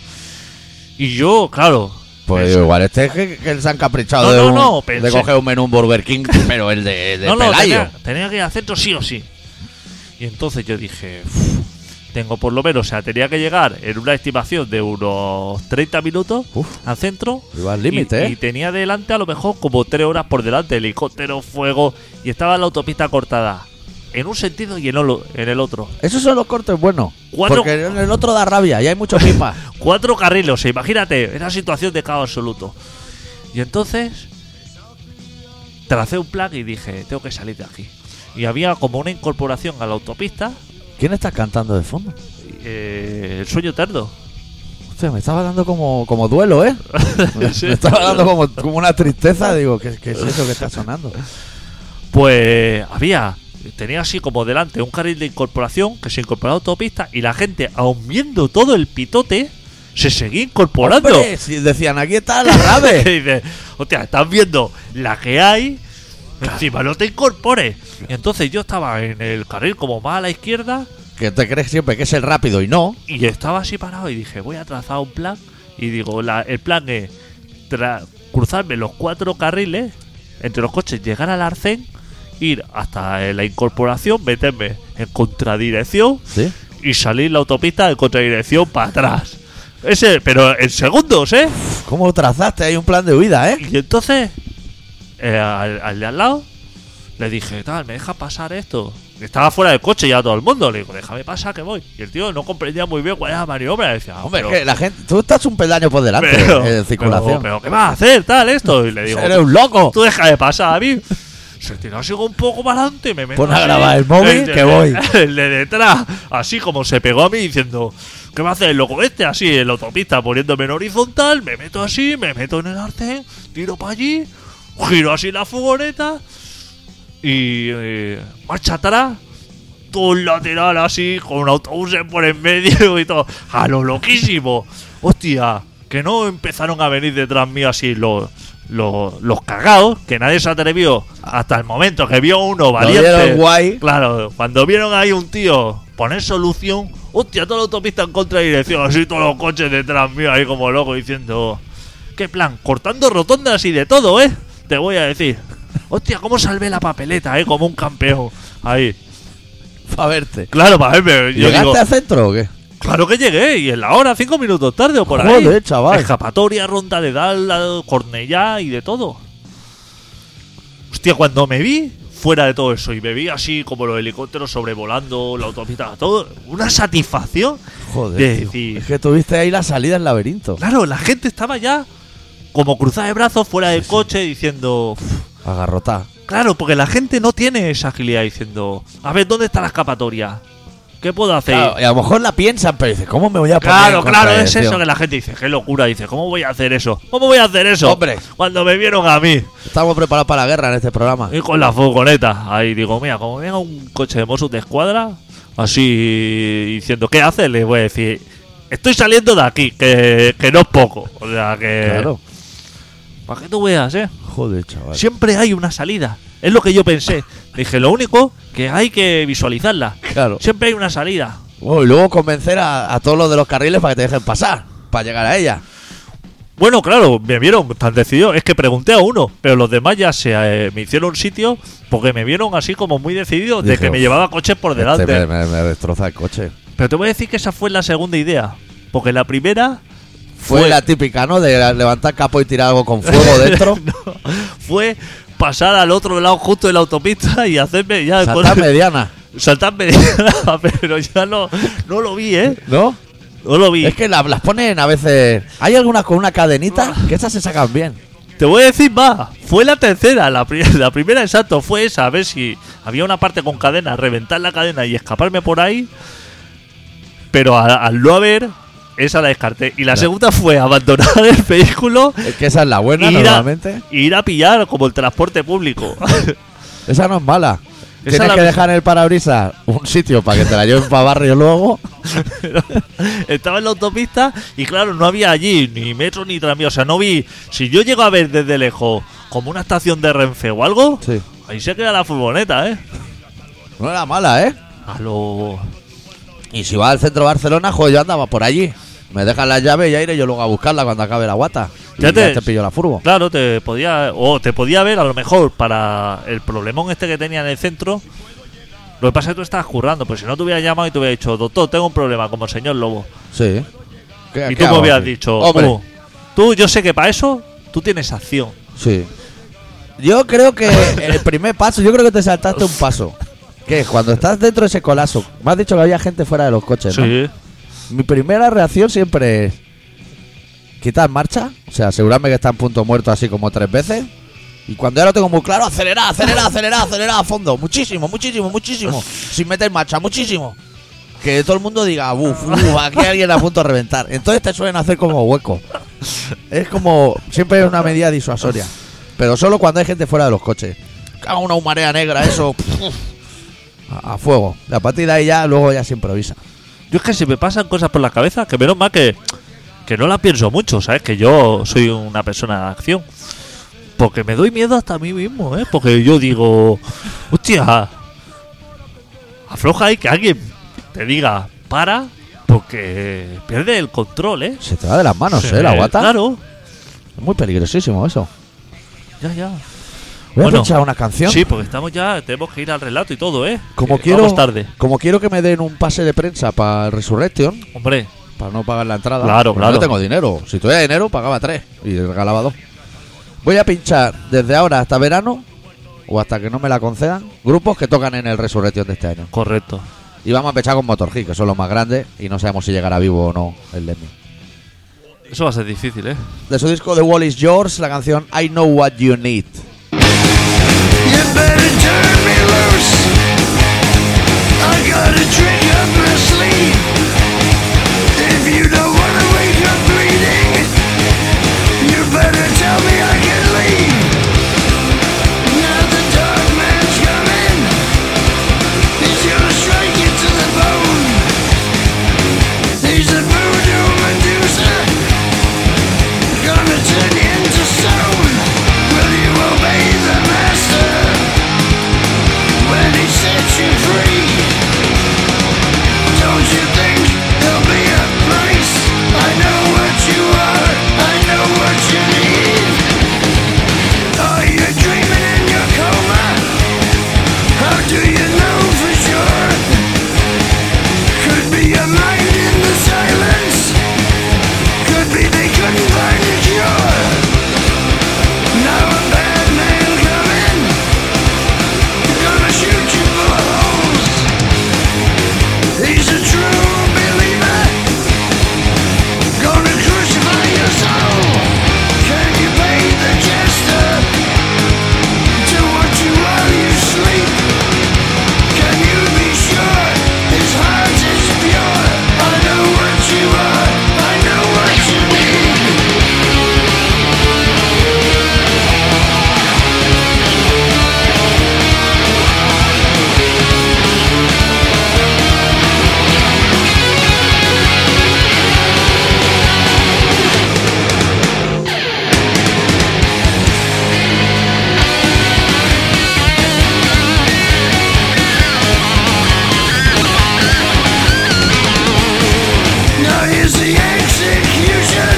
S3: Y yo, claro.
S1: Pues
S3: pensé-
S1: igual este es que, que se han caprichado
S3: No,
S1: de,
S3: no,
S1: un-
S3: no,
S1: de
S3: pensé-
S1: coger un menú un Burger King, pero el de, el de
S3: no, no,
S1: Pelayo.
S3: tenía, tenía que ir al centro sí o sí. Y entonces yo dije, "Uf, tengo por lo menos, o sea, tenía que llegar en una estimación de unos 30 minutos
S1: Uf.
S3: al centro.
S1: Iba al
S3: y-
S1: límite,
S3: Y
S1: ¿eh?
S3: tenía delante a lo mejor como tres horas por delante, helicóptero, fuego, y estaba la autopista cortada. En un sentido y en olo- en el otro.
S1: Esos son los cortes buenos.
S3: Cuatro-
S1: Porque en el otro da rabia y hay mucho pipa.
S3: Cuatro carriles, o sea, imagínate, era situación de caos absoluto. Y entonces tracé un plan y dije, tengo que salir de aquí. Y había como una incorporación a la autopista,
S1: ¿Quién está cantando de fondo?
S3: eh, el sueño eterno.
S1: Hostia, me estaba dando como, como duelo, ¿eh? Me, me estaba dando como, como una tristeza. Digo, ¿qué, qué es eso que está sonando?
S3: Pues había, tenía así como delante un carril de incorporación que se incorporaba a la autopista y la gente, aun viendo todo el pitote, se seguía incorporando.
S1: Hombre, si decían, aquí está la rave.
S3: Y dices, hostia, estás viendo la que hay, encima no te incorpores. Y entonces yo estaba en el carril como más a la izquierda
S1: que te crees siempre que es el rápido y no.
S3: y estaba así parado y dije, voy a trazar un plan. Y digo, la- el plan es tra- cruzarme los cuatro carriles entre los coches, llegar al arcén, ir hasta eh, la incorporación, meterme en contradirección
S1: Sí.
S3: y salir la autopista en contradirección para atrás. Ese, pero en segundos, ¿eh?
S1: ¿Cómo lo trazaste? Hay un plan de huida, ¿eh?
S3: Y entonces, eh, al, al de al lado, le dije, tal, ¿me deja pasar esto? Estaba fuera del coche ya todo el mundo. Le digo, déjame pasar que voy. Y el tío no comprendía muy bien cuál era la maniobra. Decía, "Ah,
S1: Hombre,
S3: pero-
S1: que la gente. Tú estás un peldaño por delante
S3: pero-
S1: en eh, circulación.
S3: Pero, pero, ¿qué vas a hacer? Tal, esto. Y le digo,
S1: Eres un loco.
S3: tú deja de pasar a mí. Se tiró así como un poco para adelante y me meto
S1: Pon a
S3: así.
S1: grabar el móvil,
S3: de-
S1: que voy.
S3: El de detrás, así como se pegó a mí diciendo, ¿qué va a hacer el loco este? Así en la autopista poniéndome en horizontal, me meto así, me meto en el arcén, tiro para allí, giro así la furgoneta y eh, marcha atrás. Todo un lateral así, con un autobús por en medio y todo. ¡A lo loquísimo! ¡Hostia! Que no empezaron a venir detrás mío así los, los, los cagados, que nadie se atrevió hasta el momento que vio uno valiente.
S1: vieron guay.
S3: Claro, cuando vieron ahí un tío poner solución, ¡hostia! Toda la autopista en contra dirección, así todos los coches detrás mío ahí como loco diciendo. ¿Qué plan? Cortando rotondas y de todo, ¿eh? Te voy a decir. Hostia, cómo salvé la papeleta, ¿eh? Como un campeón. Ahí.
S1: Para verte.
S3: Claro, para verme. Yo
S1: ¿Llegaste
S3: digo,
S1: al centro o qué?
S3: claro que llegué. Y en la hora, cinco minutos tarde o por ahí.
S1: Joder, chaval.
S3: Escapatoria, ronda de Dal, Cornellá y de todo. Hostia, cuando me vi fuera de todo eso y me vi así como los helicópteros sobrevolando la autopista, todo, una satisfacción.
S1: Joder.
S3: de
S1: tío.
S3: decir,
S1: Es que tuviste ahí la salida al laberinto.
S3: Claro, la gente estaba ya como cruzada de brazos fuera del coche diciendo. "Uf,
S1: Agarrotá.
S3: Claro, porque la gente no tiene esa agilidad diciendo, a ver, ¿dónde está la escapatoria? ¿Qué puedo hacer?
S1: Claro,
S3: Claro,
S1: y a lo mejor la piensan, pero dices, ¿cómo me voy a poner?
S3: claro,
S1: en contra de
S3: es
S1: tío?
S3: eso que la gente dice, qué locura, dice, ¿cómo voy a hacer eso? ¿Cómo voy a hacer eso?
S1: Hombre.
S3: Cuando me vieron a mí,
S1: Estamos preparados para la guerra en este programa.
S3: y con la furgoneta, ahí digo, mira, como venga un coche de Mossos de escuadra, así diciendo, ¿qué hace? Le voy a decir, estoy saliendo de aquí, que, que no es poco. O sea, que...
S1: Claro.
S3: ¿Para qué tú veas, eh?
S1: Joder, chaval.
S3: Siempre hay una salida. Es lo que yo pensé. Dije, lo único que hay que visualizarla.
S1: Claro.
S3: Siempre hay una salida.
S1: Bueno, y luego convencer a, a todos los de los carriles para que te dejen pasar. Para llegar a ella.
S3: Bueno, claro, me vieron tan decidido. Es que pregunté a uno, pero los demás ya se eh, me hicieron sitio porque me vieron así como muy decidido de
S1: Dije,
S3: que me
S1: "Uf,
S3: llevaba coches por delante.
S1: Este me, me- me destroza el coche.
S3: Pero te voy a decir que esa fue la segunda idea. Porque la primera
S1: Fue,
S3: Fue-
S1: la típica, ¿no? De la- levantar capo y tirar algo con fuego dentro.
S3: no, fue pasar al otro lado justo de la autopista y hacerme ya
S1: Saltar mediana.
S3: saltarme. pero ya no, no lo vi, ¿eh?
S1: ¿No?
S3: No lo vi.
S1: Es que la- las ponen a veces. Hay algunas con una cadenita que esas se sacan bien.
S3: Te voy a decir más, fue la tercera, la, pri- la primera exacto fue esa, a ver si había una parte con cadena, reventar la cadena y escaparme por ahí, pero a- al no haber, esa la descarté. Y la segunda fue abandonar el vehículo
S1: Es que esa es la
S3: y
S1: buena
S3: ir, a,
S1: normalmente.
S3: y ir a pillar como el transporte público.
S1: Esa no es mala.
S3: Esa
S1: Tienes
S3: la-
S1: que dejar en el parabrisas un sitio para que te la lleven para barrio luego.
S3: Estaba en la autopista y claro, no había allí ni metro ni tranvía, o sea, no vi, si yo llego a ver desde lejos como una estación de Renfe o algo,
S1: Sí.
S3: ahí se queda la furgoneta, ¿eh?
S1: No era mala, ¿eh?
S3: A lo...
S1: Y si vas al centro de Barcelona, joder, yo andaba por allí. Me dejan las llaves y ya iré yo luego a buscarla cuando acabe la guata. Y
S3: Ya
S1: ya
S3: te-
S1: te pillo la furgo.
S3: Claro, te podía o te podía ver a lo mejor para el problemón este que tenía en el centro. Lo que pasa es que tú estabas currando, pues si no te hubiera llamado y te hubiera dicho, doctor, tengo un problema como el señor Lobo.
S1: Sí. ¿Qué-
S3: y
S1: qué
S3: tú me
S1: hago
S3: hubieras
S1: aquí?
S3: dicho,
S1: Eh, Hombre,
S3: "Tú, tú, yo sé que para eso tú tienes acción.
S1: Sí. Yo creo que el primer paso, yo creo que te saltaste un paso. Que es cuando estás dentro de ese colapso. Me has dicho que había gente fuera de los coches, ¿no? Mi primera reacción siempre es quitar marcha, o sea, asegurarme que está en punto muerto así como tres veces. Y cuando ya lo tengo muy claro, acelerar, acelerar, acelerar, acelerar a fondo. Muchísimo, muchísimo, muchísimo. Sin meter marcha, muchísimo. Que todo el mundo diga, uff, uff, aquí alguien a punto de reventar. Entonces te suelen hacer como hueco. Es como, siempre es una medida disuasoria. Pero solo cuando hay gente fuera de los coches. Caga una marea negra, eso. A, a fuego. La partir de ahí ya, luego ya se improvisa.
S3: Yo es que si me pasan cosas por la cabeza, que menos mal que, que no las pienso mucho, ¿sabes? Que yo soy una persona de acción. Porque me doy miedo hasta a mí mismo, ¿eh? Porque yo digo, hostia, afloja ahí que alguien te diga, para, porque pierde el control, ¿eh?
S1: Se te va de las manos,
S3: Se
S1: ¿eh? La
S3: me-
S1: guata.
S3: Claro,
S1: Es muy peligrosísimo eso.
S3: ya, ya.
S1: Voy
S3: Bueno,
S1: a escuchar una canción.
S3: Sí, porque estamos ya, tenemos que ir al relato y todo, ¿eh?
S1: como
S3: Que
S1: quiero,
S3: Vamos tarde.
S1: como quiero que me den un pase de prensa para Resurrection,
S3: Hombre,
S1: para no pagar la entrada.
S3: Claro,
S1: Pues
S3: claro.
S1: No tengo dinero. Si tuviera dinero, pagaba tres y regalaba dos. Voy a pinchar desde ahora hasta verano o hasta que no me la concedan, grupos que tocan en el Resurrection de este año.
S3: Correcto.
S1: Y vamos a empezar con Motor Head, que son los más grandes y no sabemos si llegará vivo o no el Lemmy.
S3: Eso va a ser difícil, ¿eh?
S1: De su disco The Wall is Yours, la canción I Know What You Need.
S4: You better turn me loose. I got a trick up my sleeve. If you don't wanna wake up bleeding, you better tell me I can leave. Now the dark man's coming. He's gonna strike you to the bone. He's a voodoo Medusa. Gonna turn you into stone. Will you obey the master when he sets you free? Don't you think there'll be a price? I know what you are. I know what you need. Are you dreaming in your coma? How do you know for sure? Could be your mind in the silence. Could be they couldn't find a cure. Now a bad man coming, gonna shoot you full of holes. He's a true believer, gonna crucify your soul. Can you pay the jester? Do what you while you sleep. Can you be sure his heart is pure? I know what you are. I know what you need. Now here's the execution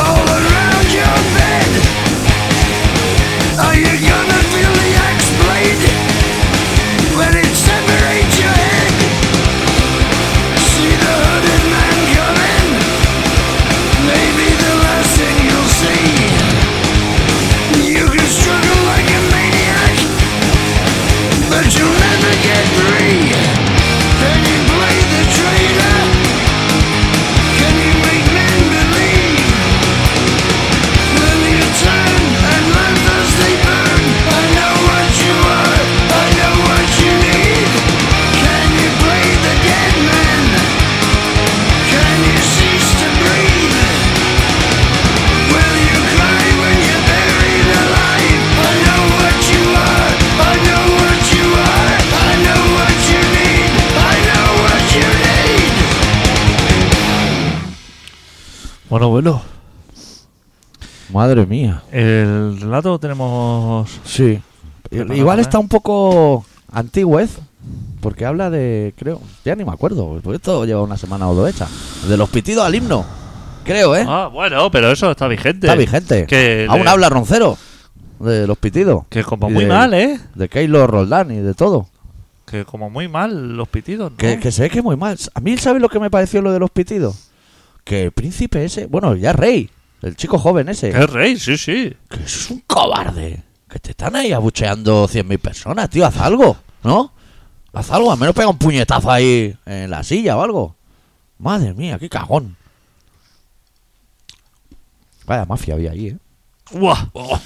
S4: all around your bed. Are you gonna feel the axe blade when it separates your head? See the hooded man coming. Maybe the last thing you'll see. You can struggle like a maniac, but you'll never get free. Can you play the traitor? Can you make men believe? Then you turn and learn as they burn. I know what you are. I know what you need. Can you play the dead man? Can you cease to breathe? Will you cry when you're buried alive? I know what you are. I know what you are. I know what you need. I know what you need.
S3: Bueno, bueno.
S1: Madre mía.
S3: El relato lo tenemos.
S1: Sí.
S3: Preparado,
S1: Igual
S3: ¿eh?
S1: está un poco antigüez, porque habla de, creo, ya ni me acuerdo, porque esto lleva una semana o dos hecha. De los pitidos al himno, creo, ¿eh?
S3: Ah, bueno, pero eso está vigente.
S1: está vigente.
S3: Que
S1: Aún
S3: le-
S1: habla Roncero de los pitidos.
S3: Que como
S1: Y
S3: muy
S1: de-
S3: mal, ¿eh?
S1: De Keylor Roldán y de todo.
S3: Que como muy mal los pitidos. ¿no?
S1: Que, que se ve que muy mal. A mí, ¿sabes lo que me pareció lo de los pitidos? Que el príncipe ese, bueno, ya rey, el chico joven ese,
S3: Que es rey, sí, sí.
S1: que es un cobarde. Que te están ahí abucheando 100.000 personas, tío, haz algo, ¿no? Haz algo, al menos pega un puñetazo ahí en la silla o algo. Madre mía, qué cagón. Vaya mafia había ahí, ¿eh?
S3: Buah.
S1: Oh,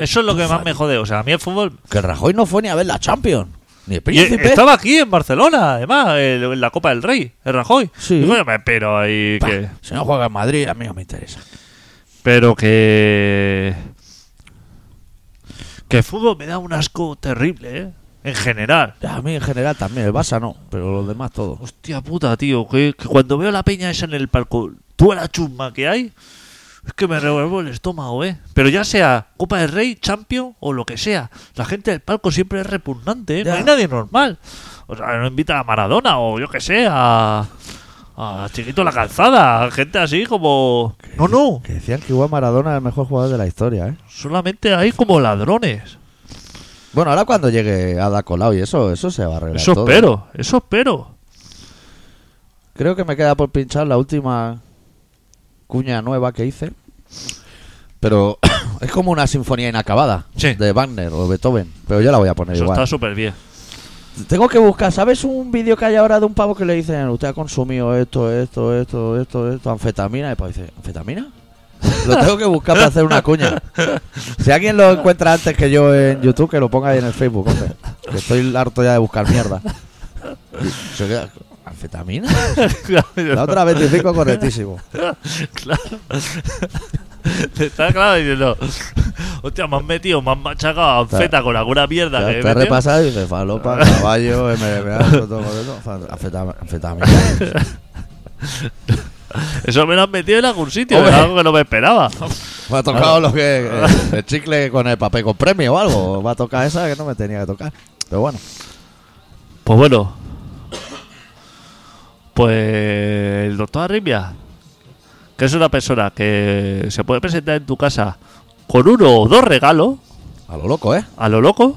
S3: Eso es lo que más me jode. O sea, a mí el fútbol.
S1: Que Rajoy no fue ni a ver la Champions, ni el
S3: Y, eh,
S1: príncipe.
S3: estaba aquí en Barcelona, además, el- en la Copa del Rey, el Rajoy.
S1: Sí.
S3: Y bueno, me- pero ahí
S1: Bah,
S3: que.
S1: Si no juega en Madrid, a mí no me interesa.
S3: Pero que. Que el fútbol me da un asco terrible, ¿eh? En general.
S1: A mí en general también, el Barça no, pero los demás todos.
S3: Hostia puta, tío. Que, que cuando veo la peña esa en el palco, toda la chusma que hay, es que me revuelvo el estómago, ¿eh? Pero ya sea Copa del Rey, Champion o lo que sea, la gente del palco siempre es repugnante, ¿eh? No
S1: Ya.
S3: hay nadie normal. O sea, no invita a Maradona o yo que sé, a. A Chiquito la Calzada, a gente así como. No, no.
S1: Que decían que igual Maradona es el mejor jugador de la historia, ¿eh?
S3: Solamente hay como ladrones.
S1: Bueno, ahora cuando llegue Ada Colau y eso, eso se va a arreglar
S3: Eso
S1: todo.
S3: espero, eso espero.
S1: Creo que me queda por pinchar la última cuña nueva que hice. Pero Es como una sinfonía inacabada
S3: Sí.
S1: de Wagner o Beethoven, pero yo la voy a poner
S3: Eso
S1: igual.
S3: está súper bien.
S1: Tengo que buscar, ¿sabes un vídeo que hay ahora de un pavo que le dicen, usted ha consumido esto, esto, esto, esto, esto, anfetamina? Y el pavo dice, ¿anfetamina? Lo tengo que buscar para hacer una cuña. Si alguien lo encuentra antes que yo en YouTube, que lo ponga ahí en el Facebook, hombre. Que estoy harto ya de buscar mierda. Y se queda, ¿Anfetamina? La otra 25 correctísimo.
S3: Claro. Está claro diciendo, hostia, me han metido, me han machacado a feta con alguna mierda
S1: Ya
S3: que he
S1: te
S3: metido".
S1: repasado y dice falopa,
S3: Ah.
S1: caballo, MMA, todo, todo, todo, anfetam- anfetamina.
S3: Eso me lo han metido en algún sitio,
S1: Hombre.
S3: era algo que no me esperaba.
S1: Me ha tocado lo que. eh, El chicle con el papel con premio o algo. Va a tocar esa que no me tenía que tocar. Pero bueno.
S3: Pues bueno. Pues el doctor Arrimia, que es una persona que se puede presentar en tu casa con uno o dos regalos,
S1: A lo loco, ¿eh?
S3: a lo loco.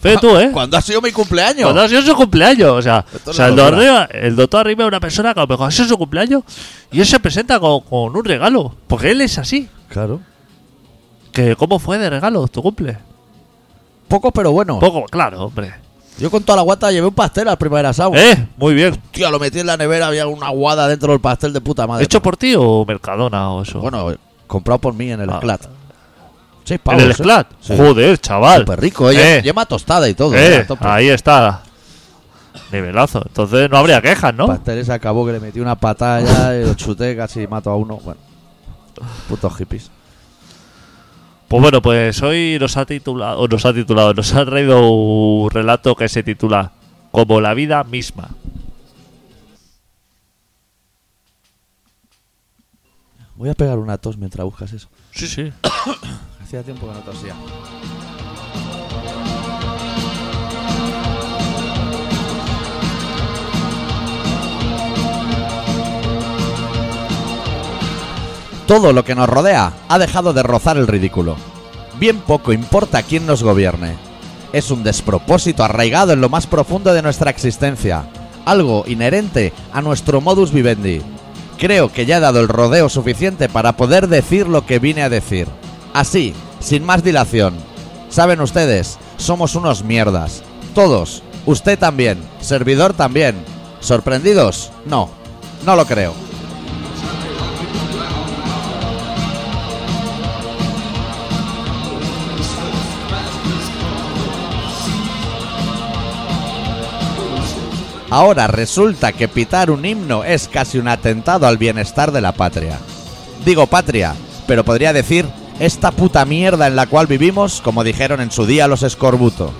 S3: Fe tú, ¿eh?
S1: ¿Cuándo ha sido mi cumpleaños?
S3: Cuando ha sido su cumpleaños. O sea,
S1: Ah, Esto
S3: o
S1: es
S3: sea,
S1: una
S3: el, doctor
S1: locura.
S3: Arriba, el doctor Arriba es una persona que a lo mejor ha sido su cumpleaños y él se presenta con, con un regalo. Porque él es así.
S1: Claro.
S3: Que ¿Cómo fue de regalo tu cumple?
S1: Poco, pero bueno.
S3: Poco, claro, hombre.
S1: Yo con toda la guata llevé un pastel al primavera sound.
S3: ¿Eh? Muy bien.
S1: Tío, lo metí en la nevera, había una guada dentro del pastel de puta madre.
S3: ¿Hecho por ti o Mercadona o eso?
S1: Bueno, eh, comprado por mí en el
S3: Ah.
S1: Sclat. Seis
S3: ¿En
S1: pavos.
S3: el
S1: ¿eh?
S3: Sclat?
S1: Sí.
S3: Joder, chaval.
S1: Súper rico, ¿eh?
S3: Eh,
S1: Yema tostada y todo.
S3: eh,
S1: ¿eh? A tope.
S3: ahí está. Nivelazo. Entonces no habría quejas,
S1: El
S3: ¿no?
S1: pastel se acabó que le metí una patada y lo chuté, casi mato a uno. Bueno. Putos hippies.
S3: Pues bueno, pues hoy nos ha titulado, nos ha titulado, nos ha traído un relato que se titula Como la vida misma.
S1: Voy a pegar una tos mientras buscas eso.
S3: Sí, sí.
S1: Hacía tiempo que no tosía. Todo lo que nos rodea ha dejado de rozar el ridículo. Bien poco importa quién nos gobierne. Es un despropósito arraigado en lo más profundo de nuestra existencia, algo inherente a nuestro modus vivendi. Creo que ya he dado el rodeo suficiente para poder decir lo que vine a decir. Así, sin más dilación. Saben ustedes, somos unos mierdas. Todos, usted también, servidor también. ¿Sorprendidos? No, no lo creo. Ahora resulta que pitar un himno es casi un atentado al bienestar de la patria. Digo patria, pero podría decir esta puta mierda en la cual vivimos, como dijeron en su día los escorbuto.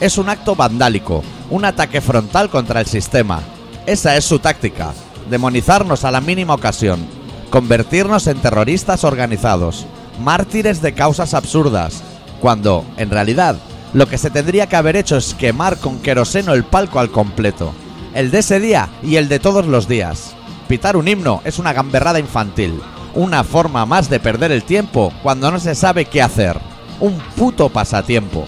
S1: Es un acto vandálico, un ataque frontal contra el sistema. Esa es su táctica, demonizarnos a la mínima ocasión, convertirnos en terroristas organizados, mártires de causas absurdas, cuando, en realidad, lo que se tendría que haber hecho es quemar con queroseno el palco al completo, el de ese día y el de todos los días. Pitar un himno es una gamberrada infantil, una forma más de perder el tiempo cuando no se sabe qué hacer, un puto pasatiempo.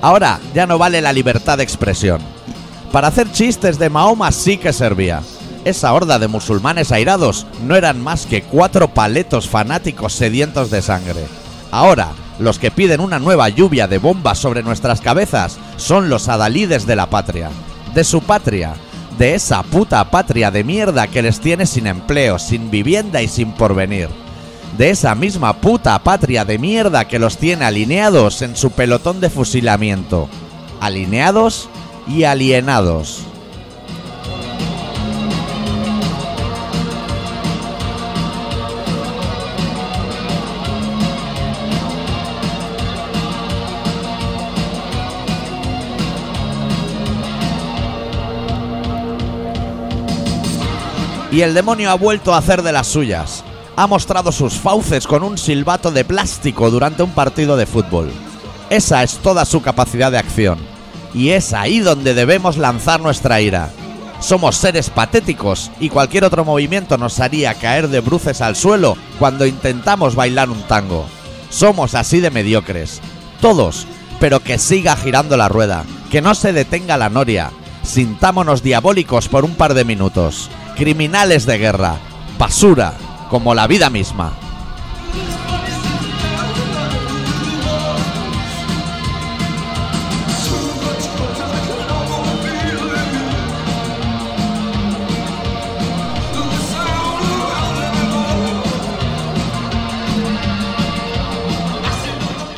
S1: Ahora ya no vale la libertad de expresión. Para hacer chistes de Mahoma sí que servía. Esa horda de musulmanes airados no eran más que cuatro paletos fanáticos sedientos de sangre. Ahora, los que piden una nueva lluvia de bombas sobre nuestras cabezas son los adalides de la patria. De su patria. De esa puta patria de mierda que les tiene sin empleo, sin vivienda y sin porvenir de esa misma puta patria de mierda que los tiene alineados en su pelotón de fusilamiento. Alineados y alienados. Y el demonio ha vuelto a hacer de las suyas. Ha mostrado sus fauces con un silbato de plástico durante un partido de fútbol. Esa es toda su capacidad de acción. Y es ahí donde debemos lanzar nuestra ira. Somos seres patéticos y cualquier otro movimiento nos haría caer de bruces al suelo cuando intentamos bailar un tango. Somos así de mediocres. Todos. Pero que siga girando la rueda. Que no se detenga la noria. Sintámonos diabólicos por un par de minutos. Criminales de guerra. Basura. Como la vida misma.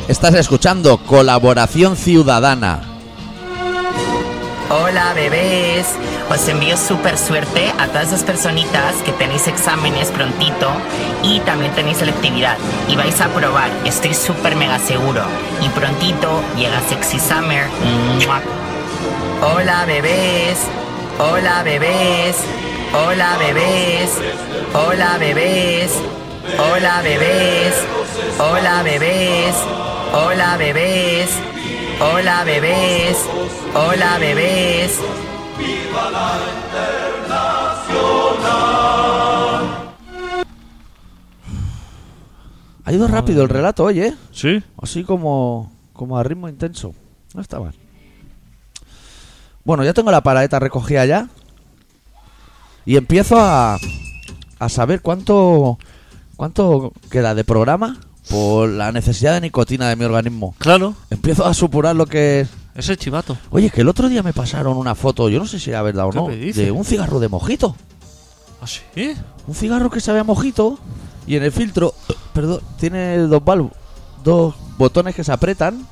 S1: Estás escuchando Colaboración Ciudadana.
S5: Hola bebés, os envío súper suerte a todas esas personitas que tenéis exámenes prontito y también tenéis selectividad y vais a probar, estoy súper mega seguro y prontito llega Sexy Summer. ¡Mua! Hola bebés, hola bebés, hola bebés, hola bebés, hola bebés, hola bebés, hola bebés, hola bebés, hola bebés.
S1: Ha ido rápido el relato, ¿eh? oye.
S3: ¿Sí?
S1: Así como, como a ritmo intenso. No está mal. Bueno, ya tengo la paradeta recogida ya. Y empiezo a, a saber cuánto, cuánto queda de programa por la necesidad de nicotina de mi organismo.
S3: Claro,
S1: Empiezo a supurar lo que es.
S3: ese chivato.
S1: Oye, que el otro día me pasaron una foto, yo no sé si era verdad o
S3: ¿Qué
S1: no,
S3: me dices?
S1: de un cigarro de mojito.
S3: ¿Ah, sí?
S1: Un cigarro que sabe a mojito y en el filtro, perdón, tiene dos valvos, dos botones que se apretan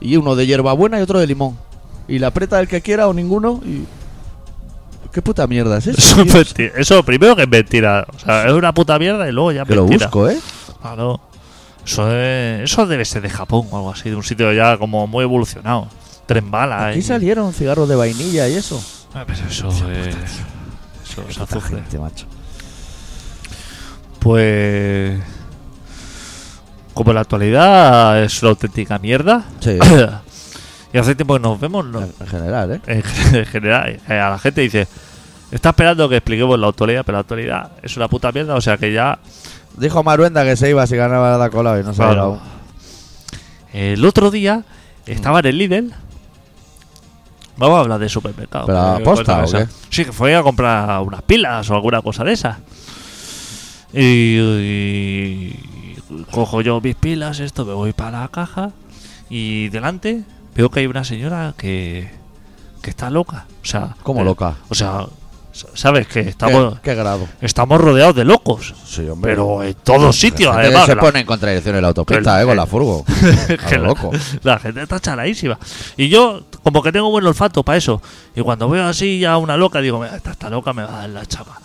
S1: y uno de hierbabuena y otro de limón. Y la aprieta el que quiera o ninguno y qué puta mierda es eso.
S3: Eso, es
S1: tío?
S3: menti- eso primero que es mentira. O sea, es una puta mierda y luego ya es
S1: que lo
S3: mentira.
S1: busco, ¿eh?
S3: Claro. Eso, es- eso debe ser de Japón o algo así, de un sitio ya como muy evolucionado. Tren bala.
S1: Aquí
S3: y-
S1: salieron cigarros de vainilla y eso.
S3: Ah, Pero eso es. Eso es
S1: Puta
S3: azufre.
S1: gente, macho.
S3: Pues. Como la actualidad es una auténtica mierda.
S1: Sí.
S3: y hace tiempo que nos vemos, ¿no?
S1: En general, ¿eh?
S3: en gen- en general, eh, a la gente dice. Está esperando que expliquemos la actualidad, pero la actualidad es una puta mierda, o sea que ya
S1: Dijo Maruenda que se iba si ganaba la cola y no se ha
S3: Claro.
S1: ido aún.
S3: El otro día estaba en el Lidl. Vamos a hablar de supermercado.
S1: ¿Pero
S3: porque
S1: a posta
S3: cuéntame
S1: o
S3: esa. Sí, que fue a comprar unas pilas o alguna cosa de esas. Y, y cojo yo mis pilas, esto, me voy para la caja. Y delante veo que hay una señora que, que está loca. O sea, eh,
S1: ¿Cómo loca?
S3: O sea, sa- sabes que estamos,
S1: ¿Qué, qué grado?
S3: estamos rodeados de locos.
S1: Sí, hombre.
S3: Pero en todos sitios,
S1: Gente que
S3: además.
S1: Se
S3: la-
S1: pone en contradicción en la autopista,
S3: que-
S1: ¿eh? Con la furgo. A
S3: que
S1: lo
S3: la-
S1: loco.
S3: La gente está chaladísima. Y yo, como que tengo buen olfato para eso. Y cuando veo así ya una loca, digo, "Mira, esta, esta loca me va a dar la chapa.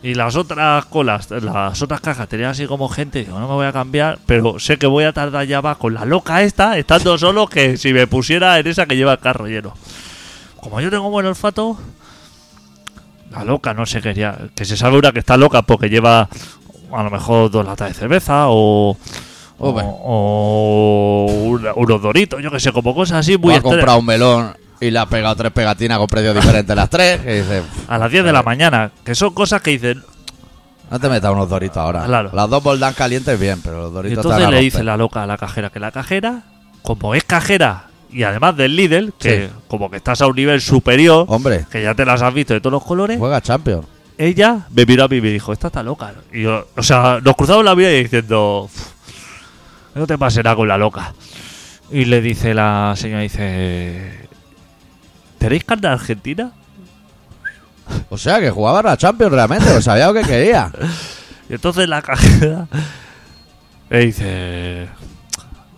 S3: Y las otras colas, las otras cajas tenían así como gente, digo, no me voy a cambiar, pero sé que voy a tardar ya más con la loca esta, estando solo, que si me pusiera en esa que lleva el carro lleno. Como yo tengo buen olfato, la loca no se quería. Que se sabe una que está loca porque lleva a lo mejor dos latas de cerveza o.
S1: Hombre.
S3: O, o una- unos doritos, yo que sé, como cosas así muy
S1: Voy a
S3: extrañas.
S1: comprar un melón y le ha pegado tres pegatinas con precios diferentes las tres. Y dice, "Pff,
S3: A las 10 de la mañana, que son cosas que dicen.
S1: no te metas unos doritos ahora.
S3: Claro.
S1: Las dos boldas calientes bien, pero los doritos te
S3: entonces
S1: van a
S3: le dice
S1: romper.
S3: la loca a la cajera que la cajera, como es cajera y además del Lidl, que
S1: Sí.
S3: como que estás a un nivel superior,
S1: Hombre,
S3: que ya te las has visto de todos los colores,
S1: juega Champions.
S3: ella me miró a mí y me dijo, esta está loca. Y yo, o sea, nos cruzamos la vida diciendo, "Uf, no te pase nada con la loca. Y le dice la señora, dice, ¿tenéis carne argentina?
S1: O sea, que jugaban a Champions realmente, o sabía lo que quería.
S3: Y entonces la cajera le dice,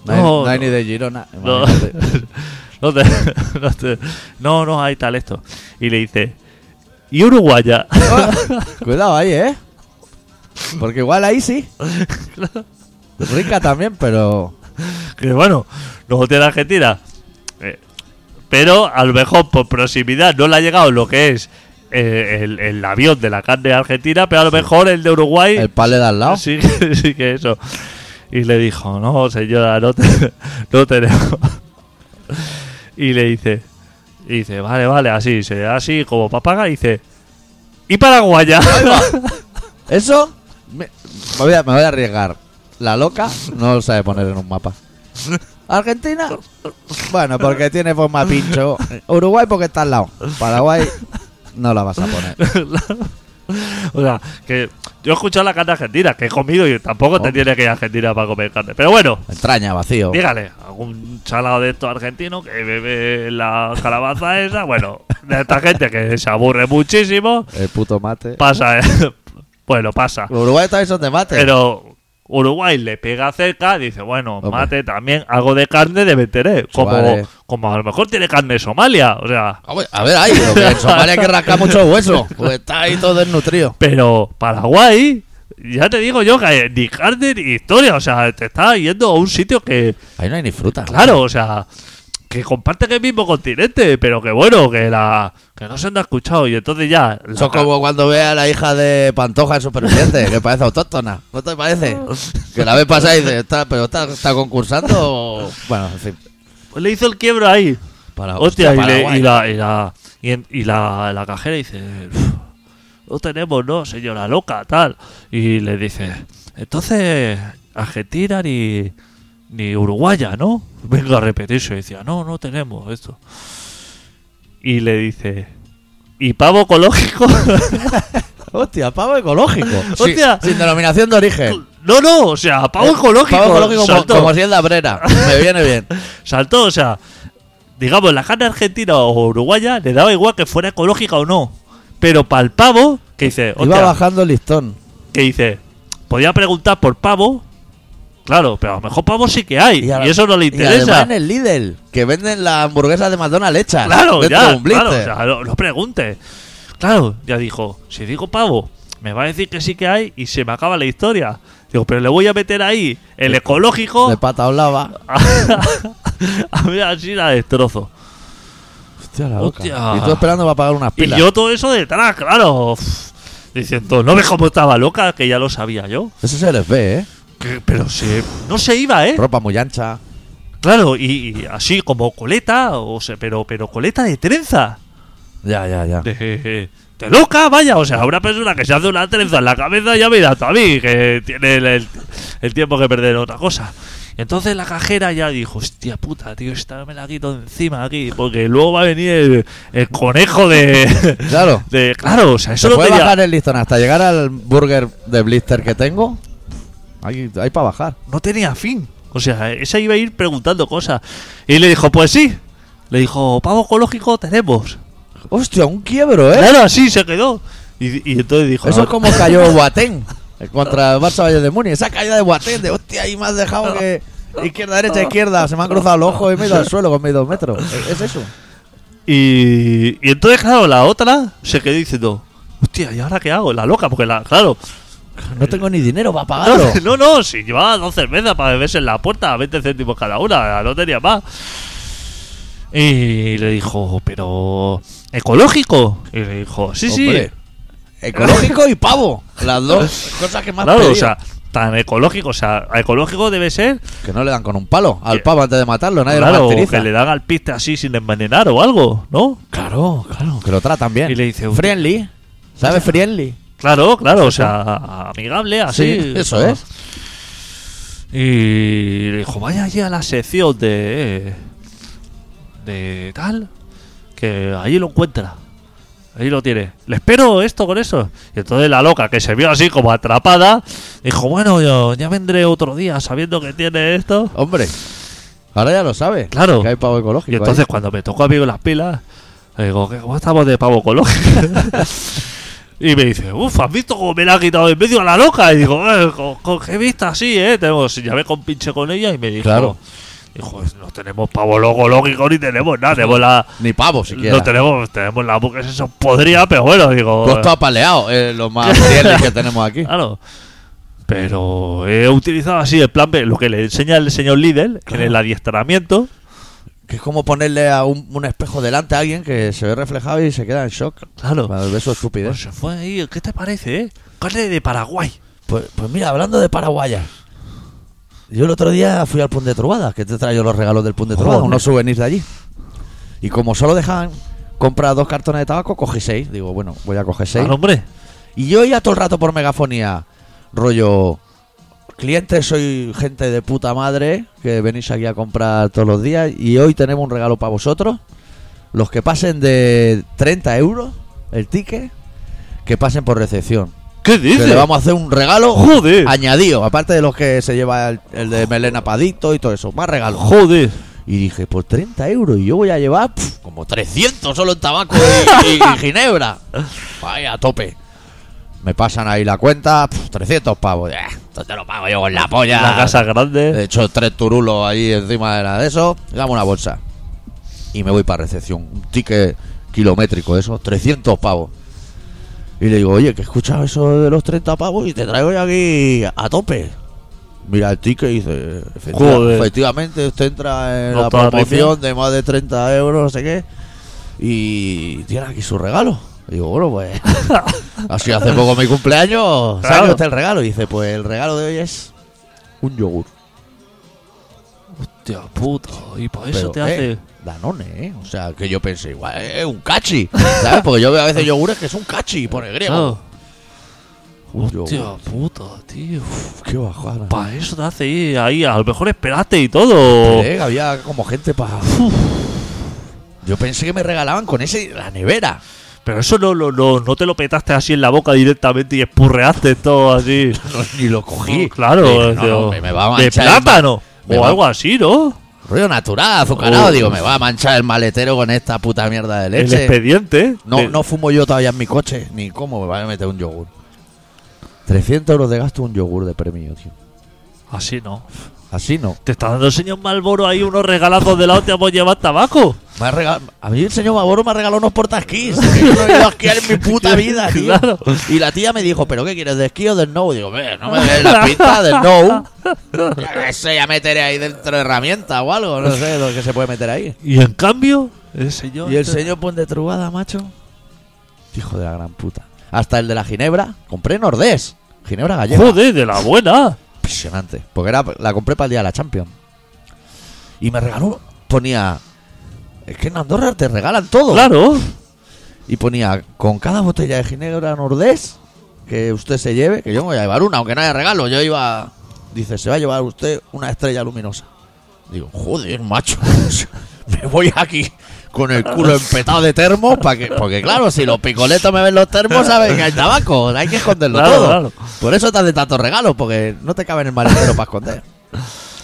S1: No, hay-
S3: No,
S1: no hay
S3: no.
S1: ni de Girona.
S3: no,
S1: imagínate.
S3: no, te- no, te- no, no, ahí tal esto. Y le dice, ¿y uruguaya?
S1: Cuidado ahí, ¿eh? Porque igual ahí sí. Rica también, pero...
S3: Que bueno, no tiene Argentina. Eh, pero a lo mejor por proximidad no le ha llegado lo que es eh, el, el avión de la carne argentina, pero a lo mejor el de Uruguay.
S1: El pal le da al lado.
S3: sí, que- sí que eso. Y le dijo, no, señora, no, te- no tenemos. Y le dice, y dice, vale, vale, así, se- así como papaga, dice, ¿y paraguaya?
S1: Eso... Me, me voy a, me voy a arriesgar. la loca no lo sabe poner en un mapa. Argentina, bueno, porque tiene forma pincho. Uruguay porque está al lado. Paraguay no la vas a poner.
S3: o sea, que yo he escuchado la carne argentina, que he comido y tampoco te
S1: Oh.
S3: tiene que ir a Argentina para comer carne. Pero bueno,
S1: Entraña, vacío.
S3: dígale, algún chalado de estos argentinos que bebe la calabaza esa, bueno, de esta gente que se aburre muchísimo,
S1: El puto mate.
S3: pasa, eh, bueno, pasa.
S1: Uruguay también son de mate.
S3: Pero Uruguay le pega cerca, dice, bueno,
S1: Hombre.
S3: mate también, algo de carne debe tener. Como,
S1: Vale.
S3: como a lo mejor tiene carne de Somalia, o sea.
S1: Ah, bueno, A ver, ahí, lo que en Somalia hay que rascar mucho hueso. Pues está ahí todo desnutrido.
S3: Pero Paraguay, ya te digo yo, que ni carne ni historia, o sea, te está yendo a un sitio que,
S1: Ahí no hay ni fruta.
S3: claro, o sea, que comparten el mismo continente, pero que bueno, que la que no se han escuchado y entonces ya... la
S1: Eso es
S3: ca-
S1: como cuando ve a la hija de Pantoja en Superviviente, que parece autóctona. ¿No te parece? Que la ve pasar y dice, "Está- ¿pero está, está concursando? o-". Bueno, en fin.
S3: Le hizo el quiebro ahí.
S1: Para,
S3: Hostia, y, le-
S1: Ah, Paraguay.
S3: y la, y, la, y en- y la- la cajera dice, "Uf, no tenemos, no, señora loca, tal. Y le dice, entonces, Argentina ni, ni Uruguaya, ¿no? Venga a repetirse. Y decía, no, no tenemos esto. Y le dice, ¿y pavo ecológico?
S1: Hostia, pavo ecológico. Sí,
S3: Hostia.
S1: sin denominación de origen.
S3: no, no, o sea, pavo ecológico.
S1: Eh, Pavo ecológico como,
S3: saltó.
S1: como si es la brera. Me viene bien.
S3: Saltó, o sea, digamos, la carne argentina o uruguaya le daba igual que fuera ecológica o no. Pero para el pavo, que dice,
S1: Iba
S3: hostia,
S1: bajando el listón.
S3: que dice, podía preguntar por pavo. Claro, pero a lo mejor pavo sí que hay. Y,
S1: a la-
S3: eso no le
S1: Y además
S3: interesa.
S1: en el Lidl, que venden las hamburguesas de McDonald's hechas.
S3: Claro,
S1: dentro de
S3: ya.
S1: un blister.
S3: Claro, o sea, no, no pregunte. Claro, ya dijo, si digo pavo, me va a decir que sí que hay y se me acaba la historia. Digo, pero le voy a meter ahí el ecológico.
S1: De pata o lava.
S3: a ver, así la destrozo.
S1: Hostia, la
S3: boca. Hostia.
S1: Y tú esperando para pagar unas
S3: Y
S1: pilas.
S3: yo todo eso detrás, claro. uf, Diciendo, no ves cómo estaba loca, que ya lo sabía yo.
S1: Eso se les ve, ¿eh?
S3: Que- pero se, no se iba, ¿eh?
S1: Ropa muy ancha.
S3: Claro, y, y así como coleta, o sea, pero, pero coleta de trenza.
S1: Ya, ya, ya.
S3: De, de loca, vaya. O sea, una persona que se hace una trenza en la cabeza ya me da a mí, que tiene el, el- el tiempo que perder en otra cosa. Entonces la cajera ya dijo, hostia puta, tío, esta me la quito encima aquí, porque luego va a venir el, el conejo de...
S1: Claro.
S3: de- claro, o sea, eso
S1: ¿Se
S3: no
S1: puede
S3: tenía-
S1: bajar el listón hasta llegar al burger de blister que tengo? Hay, hay para bajar.
S3: no tenía fin. O sea, esa iba a ir preguntando cosas. Y le dijo, pues sí. Le dijo, pavo ecológico tenemos.
S1: Hostia, un quiebro, ¿eh?
S3: Claro, así se quedó. Y, y entonces dijo,
S1: Eso
S3: "No,
S1: es como cayó Guatén contra el Barça Valle de Muni. Esa caída de Guatén, de hostia, ahí me has dejado que. Izquierda, derecha, izquierda. Se me han cruzado los ojos y me he ido al suelo con mis dos metros. Es eso.
S3: Y, y entonces, claro, la otra se quedó diciendo, hostia, ¿y ahora qué hago? La loca, porque la, claro,
S1: No tengo ni dinero para pagarlo.
S3: no, no, si llevaba dos cervezas para beberse en la puerta, a 20 céntimos cada una, no tenía más. Y le dijo, pero ecológico. Y le dijo, sí, sí,
S1: Hombre, Ecológico y pavo. Las dos cosas que más
S3: claro,
S1: pedido.
S3: o sea, tan ecológico, o sea, ecológico debe ser
S1: Que no le dan con un palo al
S3: Que-
S1: pavo antes de matarlo. Nadie lo
S3: claro,
S1: martiriza.
S3: que le dan al piste así sin envenenar o algo, ¿no?
S1: Claro, claro. Que lo tratan bien.
S3: Y le dice,
S1: Friendly. ¿Sabes friendly?
S3: Claro, claro, o sea, amigable, así.
S1: Ah, Sí, eso es.
S3: Y le dijo, vaya allí a la sección de. de tal, que ahí lo encuentra. Ahí lo tiene. Le espero esto con eso. Y entonces la loca, que se vio así como atrapada, dijo, bueno, yo ya vendré otro día sabiendo que tiene esto.
S1: Hombre. Ahora ya lo sabe.
S3: Claro.
S1: Que hay pavo ecológico.
S3: Y entonces
S1: ahí.
S3: cuando me tocó a mí con las pilas, le digo, "¿Qué- ¿cómo estamos de pavo ecológico? y me dice, uff, ¿has visto cómo me la ha quitado en medio a la loca? Y digo, "Eh, con, con qué vista así, ¿eh? Tenemos, ya me compinche con ella y me dijo,
S1: Claro.
S3: dijo, no tenemos pavo ecológico ni tenemos nada, tenemos la...
S1: Ni pavo siquiera.
S3: No tenemos, tenemos la que eso podría, pero bueno, digo...
S1: Costo apaleado, eh, lo más friendly que tenemos aquí.
S3: Claro. Pero he utilizado así el plan B, lo que le enseña el señor Lidl en el adiestramiento.
S1: Que es como ponerle a un, un espejo delante a alguien que se ve reflejado y se queda en shock.
S3: Claro.
S1: Cuando ve su
S3: Pues
S1: estupidez.
S3: se fue ahí. ¿Qué te parece, eh? Carne de Paraguay.
S1: Pues, pues mira, hablando de paraguayas. Yo el otro día fui al Punt de Trubada, que te traigo los regalos del Punt de Trubada,
S3: Joder.
S1: unos souvenirs de allí. Y como solo dejaban comprar dos cartones de tabaco, cogí seis. Digo, bueno, voy a coger seis.
S3: Al hombre.
S1: Y yo iba todo el rato por megafonía, rollo. clientes soy gente de puta madre que venís aquí a comprar todos los días y hoy tenemos un regalo para vosotros. Los que pasen de 30 euros el ticket, que pasen por recepción.
S3: ¿Qué
S1: Que le
S3: dices?
S1: vamos a hacer un regalo
S3: Joder.
S1: añadido, aparte de los que se lleva el, el de melena padito y todo eso, más regalos.
S3: Joder.
S1: Y dije, por 30 euros y yo voy a llevar pf, como 300 solo en tabaco y, y- y ginebra. Vaya, a tope. Me pasan ahí la cuenta, pf, 300 pavos. Eh, esto te lo pago yo con la polla.
S3: La casa grande.
S1: He hecho tres turulos ahí encima de la de eso. Y dame una bolsa. Y me voy para recepción. Un ticket kilométrico, eso. 300 pavos. Y le digo, oye, que he escuchado eso de los 30 pavos y te traigo yo aquí a tope. Mira el ticket y dice, "Efectiva-
S3: Joder.
S1: efectivamente, usted entra en
S3: No
S1: la
S3: está la
S1: promoción
S3: traición.
S1: de más de 30 euros, no sé qué. Y tiene aquí su regalo. Y digo, bueno, pues. así hace poco mi cumpleaños.
S3: Claro.
S1: ¿Sabes usted el regalo? Y dice, pues el regalo de hoy es un yogur.
S3: Hostia puto. Y por
S1: Pero,
S3: eso te hace.
S1: eh, Danone, ¿eh? O sea, que yo pensé, igual, es un cachi. ¿Sabes? Porque yo veo a veces yogures que es un cachi, pone griego.
S3: Claro.
S1: Un
S3: Hostia
S1: yogur.
S3: puto, tío.
S1: Qué bajada.
S3: Para eso te hace ir ahí. A lo mejor esperaste y todo.
S1: Eh, había como gente para. Yo pensé que me regalaban con ese la nevera.
S3: Pero eso no, no, no, no te lo petaste así en la boca directamente y espurreaste todo así.
S1: No, ni lo cogí.
S3: No, claro,
S1: Dije, no,
S3: tío.
S1: no, me, me va a
S3: de
S1: manchar. el
S3: plátano.
S1: me
S3: o
S1: va-
S3: algo así, ¿no?
S1: ma- Rollo natural, azucarado.
S3: Oh.
S1: Digo, me va a manchar el maletero con esta puta mierda de
S3: El
S1: leche.
S3: expediente.
S1: No,
S3: de-
S1: no fumo yo todavía en mi coche, ni cómo me va a meter un yogur. 300 euros de gasto, un yogur de premio, tío.
S3: Así no.
S1: Así no.
S3: Te está dando el señor Malboro ahí unos regalazos de la hostia por llevar tabaco.
S1: Me ha regal- A mí el señor Maboro me ha regalado unos portaesquís. que Yo no he ido a esquiar en mi puta vida, tío.
S3: Claro.
S1: Y la tía me dijo, ¿pero qué quieres, de esquí o de snow? Digo, "Ve, no me ves la pinta de snow. Ya que sé, ya meteré ahí dentro herramientas o algo. No sé lo que se puede meter ahí.
S3: Y en cambio, el señor.
S1: Y el señor pon de trubada, macho. Hijo de la gran puta. Hasta el de la ginebra. Compré Nordés. Ginebra gallega.
S3: este, Joder, de la buena.
S1: Impresionante. Porque era, la compré para el día de la Champions. Y me regaló, ponía... Es que en Andorra te regalan todo.
S3: Claro.
S1: Y ponía, con cada botella de ginebra nordés que usted se lleve, que yo me voy a llevar una, aunque no haya regalo, yo iba... Dice, se va a llevar usted una estrella luminosa. Digo, joder, macho, me voy aquí con el culo empetado de termos, para que, porque claro, si los picoletos me ven los termos, saben que hay tabaco, hay que esconderlo
S3: Claro,
S1: todo.
S3: claro.
S1: Por eso te hacen tantos regalos, porque no te caben en el maletero para esconder.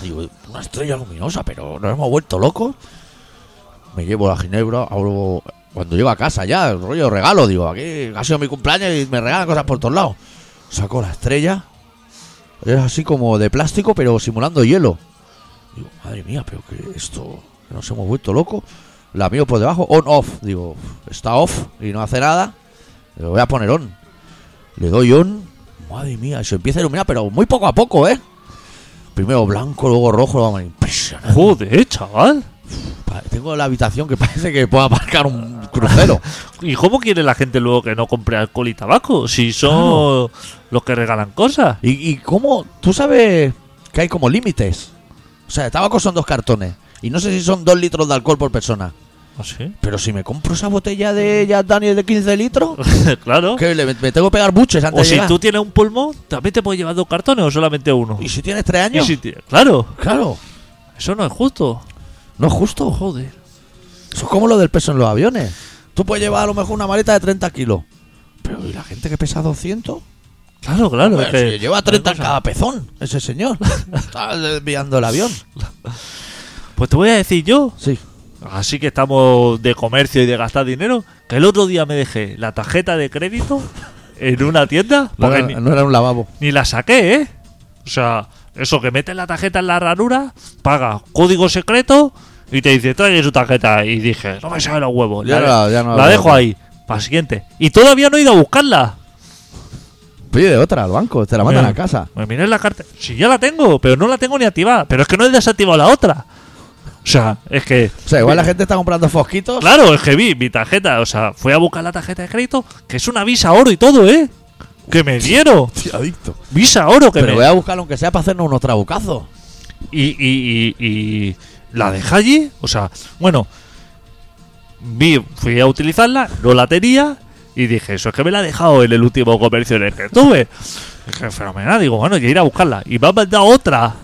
S1: Digo, una estrella luminosa, pero nos hemos vuelto locos. Me llevo la ginebra, abro- cuando llego a casa ya, el rollo regalo, digo, aquí ha sido mi cumpleaños y me regalan cosas por todos lados. Saco la estrella, es así como de plástico, pero simulando hielo. Digo, madre mía, pero que esto, que nos hemos vuelto locos. La mío por debajo, on, off. Digo, está off y no hace nada. Le voy a poner on. Le doy on. Madre mía, se empieza a iluminar, pero muy poco a poco, ¿eh? Primero blanco, luego rojo, luego amarillo. impresionante.
S3: Joder, chaval.
S1: Pa- Tengo la habitación que parece que puedo aparcar un crucero.
S3: ¿Y cómo quiere la gente luego que no compre alcohol y tabaco? Si son los que regalan cosas.
S1: ¿Y, y cómo? Tú sabes que hay como límites. O sea, de tabaco son dos cartones. Y no sé si son dos litros de alcohol por persona.
S3: Así.
S1: Pero si me compro esa botella
S3: Mm.
S1: de Jack Daniel de 15 litros,
S3: claro.
S1: que le- me tengo que pegar buches antes
S3: O
S1: de
S3: si
S1: llegar.
S3: tú tienes un pulmón, también te puedes llevar dos cartones o solamente uno.
S1: ¿Y si tienes tres
S3: Y
S1: años?
S3: si ti- claro,
S1: Claro,
S3: eso no es justo.
S1: no es justo.
S3: Joder.
S1: Eso es como lo del peso en los aviones. Tú puedes llevar a lo mejor una maleta de 30 kilos. Pero ¿y la gente que pesa 200?
S3: Claro, claro.
S1: Pues,
S3: es que-
S1: si lleva 30 en
S3: cosa.
S1: cada pezón, ese señor. Está desviando el avión.
S3: Pues te voy a decir yo,
S1: Sí.
S3: así que estamos de comercio y de gastar dinero, que el otro día me dejé la tarjeta de crédito en una tienda
S1: No
S3: porque
S1: era,
S3: ni,
S1: no era un lavabo.
S3: ni la saqué, ¿eh? O sea, eso que metes la tarjeta en la ranura, paga código secreto y te dice, trae su tarjeta. Y dije, no me sabe los huevos.
S1: Ya
S3: la,
S1: no- ya no
S3: la
S1: la
S3: dejo
S1: veo.
S3: ahí, para siguiente. Y todavía no he ido a buscarla.
S1: Pide otra al banco, te la mandan
S3: Eh,
S1: a casa.
S3: Me miré la carta. Si ya la tengo, pero no la tengo ni activada. Pero es que no he desactivado la otra. O sea, es que.
S1: O sea, igual la gente está comprando fosquitos.
S3: Claro, es que vi mi tarjeta. O sea, fui a buscar la tarjeta de crédito, que es una Visa Oro y todo, ¿eh? Que me dieron.
S1: adicto.
S3: Visa Oro, que
S1: Pero
S3: me.
S1: voy a buscar aunque sea para hacernos unos trabucazos.
S3: Y, y, y, y la dejé allí. O sea, bueno, vi, fui a utilizarla, no la tenía. Y dije, eso es que me la ha dejado en el último comercio en el que estuve. Dije, fenomenal. Digo, bueno, ya ir a buscarla. Y me han mandado otra.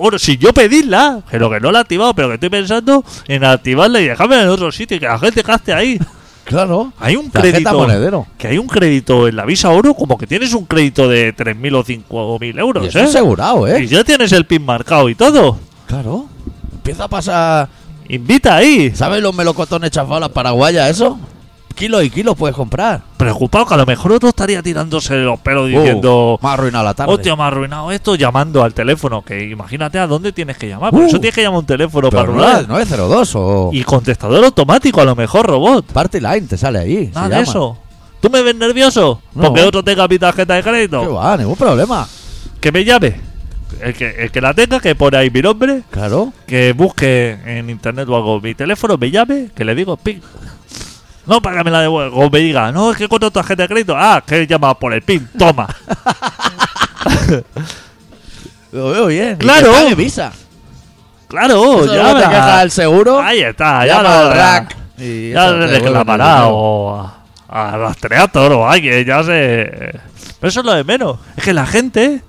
S3: Bueno, sin yo pedirla, pero que no la he activado, pero que estoy pensando en activarla y dejarme en otro sitio y que la gente gaste ahí.
S1: Claro.
S3: Hay un
S1: Tarjeta
S3: crédito.
S1: monedero.
S3: Que hay un crédito en la Visa Oro, como que tienes un crédito de 3.000 o 5.000
S1: Y
S3: euros,
S1: eso
S3: ¿eh?
S1: asegurado,
S3: Y
S1: ¿eh?
S3: ya tienes el pin marcado y todo.
S1: Claro. Empieza a pasar.
S3: Invita ahí.
S1: ¿Sabes los melocotones chafados las paraguayas, eso? Kilos y kilos puedes comprar.
S3: Preocupado que a lo mejor otro estaría tirándose los pelos diciendo.
S1: Uh, me ha arruinado la tarde.
S3: Hostia, me ha arruinado esto llamando al teléfono. Que imagínate a dónde tienes que llamar. Por
S1: Uh.
S3: eso tienes que llamar a un teléfono
S1: Pero
S3: para
S1: no
S3: rular.
S1: es 902 o.
S3: Y contestador automático, a lo mejor robot.
S1: Party Line te sale ahí. se
S3: Nada de
S1: llama.
S3: eso. ¿Tú me ves nervioso?
S1: No.
S3: Porque otro tenga mi tarjeta de
S1: ¿Qué
S3: crédito.
S1: va? Ningún problema.
S3: Que me llame. El que, el que la tenga, que pone ahí mi nombre,
S1: Claro.
S3: que busque en internet o algo mi teléfono, me llame, que le digo ping. No para que me la devuelva. O me diga, no, es que con tu tarjeta de crédito. Ah, que he llamado por el pin, toma.
S1: Lo veo bien. Y
S3: Claro.
S1: que pague visa.
S3: claro,
S1: Eso
S3: ya
S1: luego te quejas al seguro.
S3: Ahí está, ya
S1: llama
S3: lo
S1: al rack. Y
S3: Ya
S1: eso te
S3: le
S1: devuelven el
S3: reclamará
S1: dinero.
S3: o a, a Rastreator o a alguien, ya sé. Pero eso es lo de menos. Es que la gente.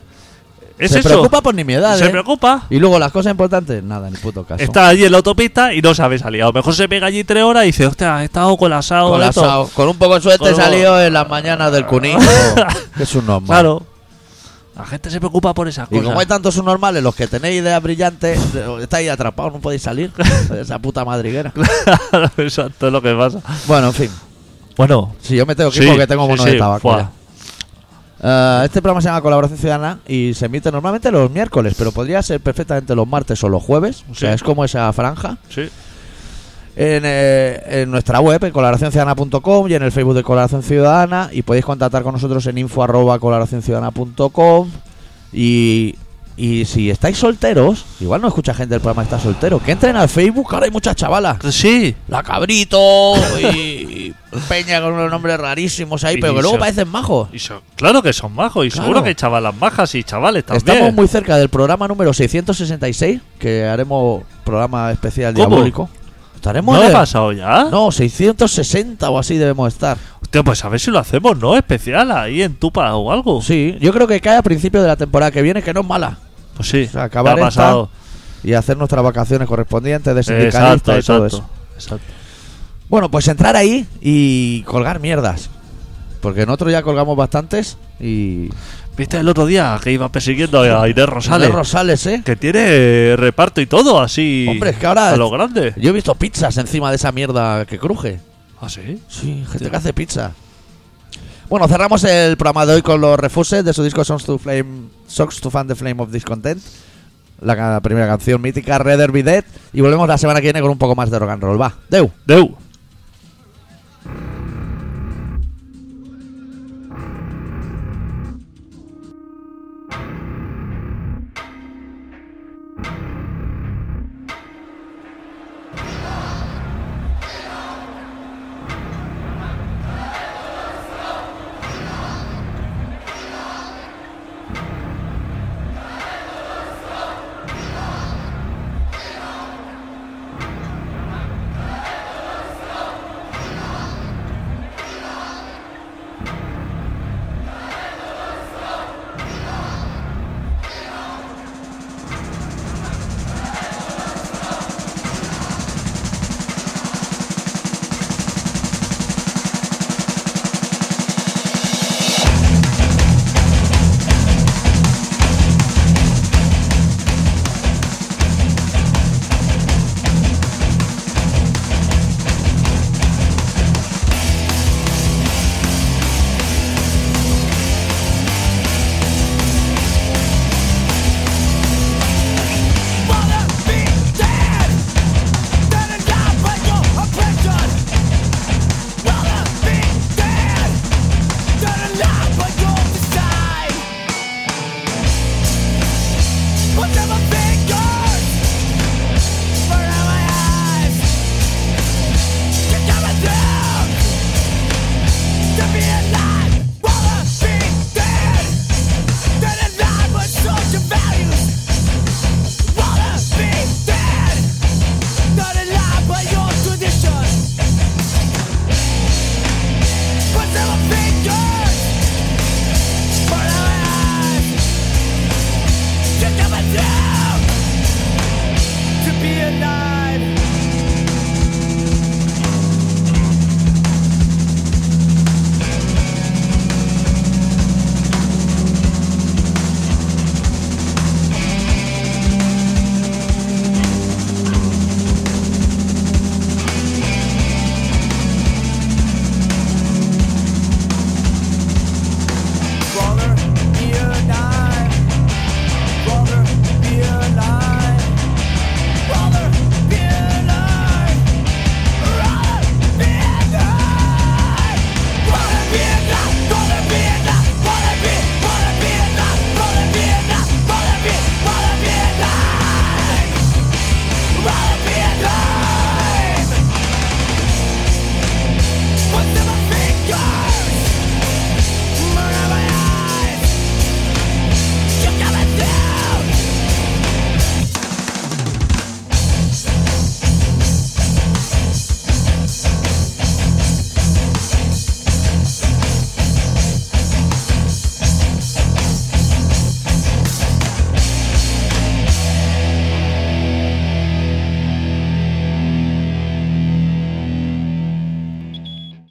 S3: Es
S1: se
S3: eso.
S1: preocupa por ¿eh? nimiedades.
S3: se preocupa.
S1: Y luego las cosas importantes, nada, ni puto caso.
S3: Está allí en la autopista y no sabe salir. A lo mejor se pega allí tres horas y dice, hostia, he estado colasado.
S1: con, la
S3: esto".
S1: sao- con un poco de suerte
S3: Con-
S1: salió en las mañanas del cunito. que es un normal.
S3: Claro. La gente se preocupa por esas
S1: Y
S3: cosas.
S1: como hay tantos subnormales, los que tenéis ideas brillantes, eh, estáis atrapados, no podéis salir de esa puta madriguera.
S3: Claro, Exacto es lo que pasa.
S1: Bueno, en fin.
S3: Bueno.
S1: Si yo me tengo que
S3: sí,
S1: ir porque tengo
S3: sí,
S1: mono
S3: sí,
S1: de tabaco.
S3: fuá.
S1: ya. Eh, este programa se llama Colaboración Ciudadana y se emite normalmente los miércoles, pero podría ser perfectamente los martes o los jueves. O sea,
S3: Sí.
S1: es como esa franja.
S3: Sí.
S1: en, eh, en nuestra web, en colaboracionciudadana.com y en el Facebook de Colaboración Ciudadana. Y podéis contactar con nosotros en info arroba colaboracionciudadana.com. Y, y si estáis solteros, igual no escucha gente del programa que está soltero, que entren al Facebook, que ahora hay muchas chavalas.
S3: Sí.
S1: La Cabrito y, y Peña con unos nombres rarísimos ahí,
S3: Y
S1: pero que luego
S3: eso.
S1: parecen majos.
S3: Y son- claro que son majos y
S1: Claro.
S3: seguro que hay chavalas majas y chavales también.
S1: Estamos muy cerca del programa número 666, que haremos programa especial
S3: ¿Cómo?
S1: diabólico. Estaremos
S3: ¿No
S1: en
S3: lo
S1: el-
S3: ha pasado ya?
S1: No, 660 o así debemos estar.
S3: Hostia, pues a ver si lo hacemos, ¿no? Especial ahí en Tupa o algo.
S1: Sí, yo creo que cae a principios de la temporada que viene, que no es mala.
S3: Pues sí.
S1: sea, acabar
S3: ya ha
S1: esta,
S3: pasado.
S1: Y hacer nuestras vacaciones correspondientes de
S3: Exacto,
S1: sindicalista y todo
S3: exacto,
S1: eso.
S3: exacto.
S1: Bueno, pues entrar ahí y colgar mierdas. Porque nosotros ya colgamos bastantes y...
S3: ¿Viste el otro día que iba persiguiendo a Irene Rosales?
S1: Inés Rosales, ¿eh?
S3: que tiene reparto y todo, así.
S1: Hombre, es que ahora-
S3: A lo grande.
S1: Yo he visto pizzas encima de esa mierda que cruje.
S3: ¿Ah, sí?
S1: Sí, gente que hace pizza. Bueno, cerramos el programa de hoy con los refuses de su disco Songs to Flame, Songs to Fan the Flame of Discontent. La, ca- primera canción mítica, Red Derby Dead. Y volvemos la semana que viene con un poco más de rock and roll. Va, Deu.
S3: Deu.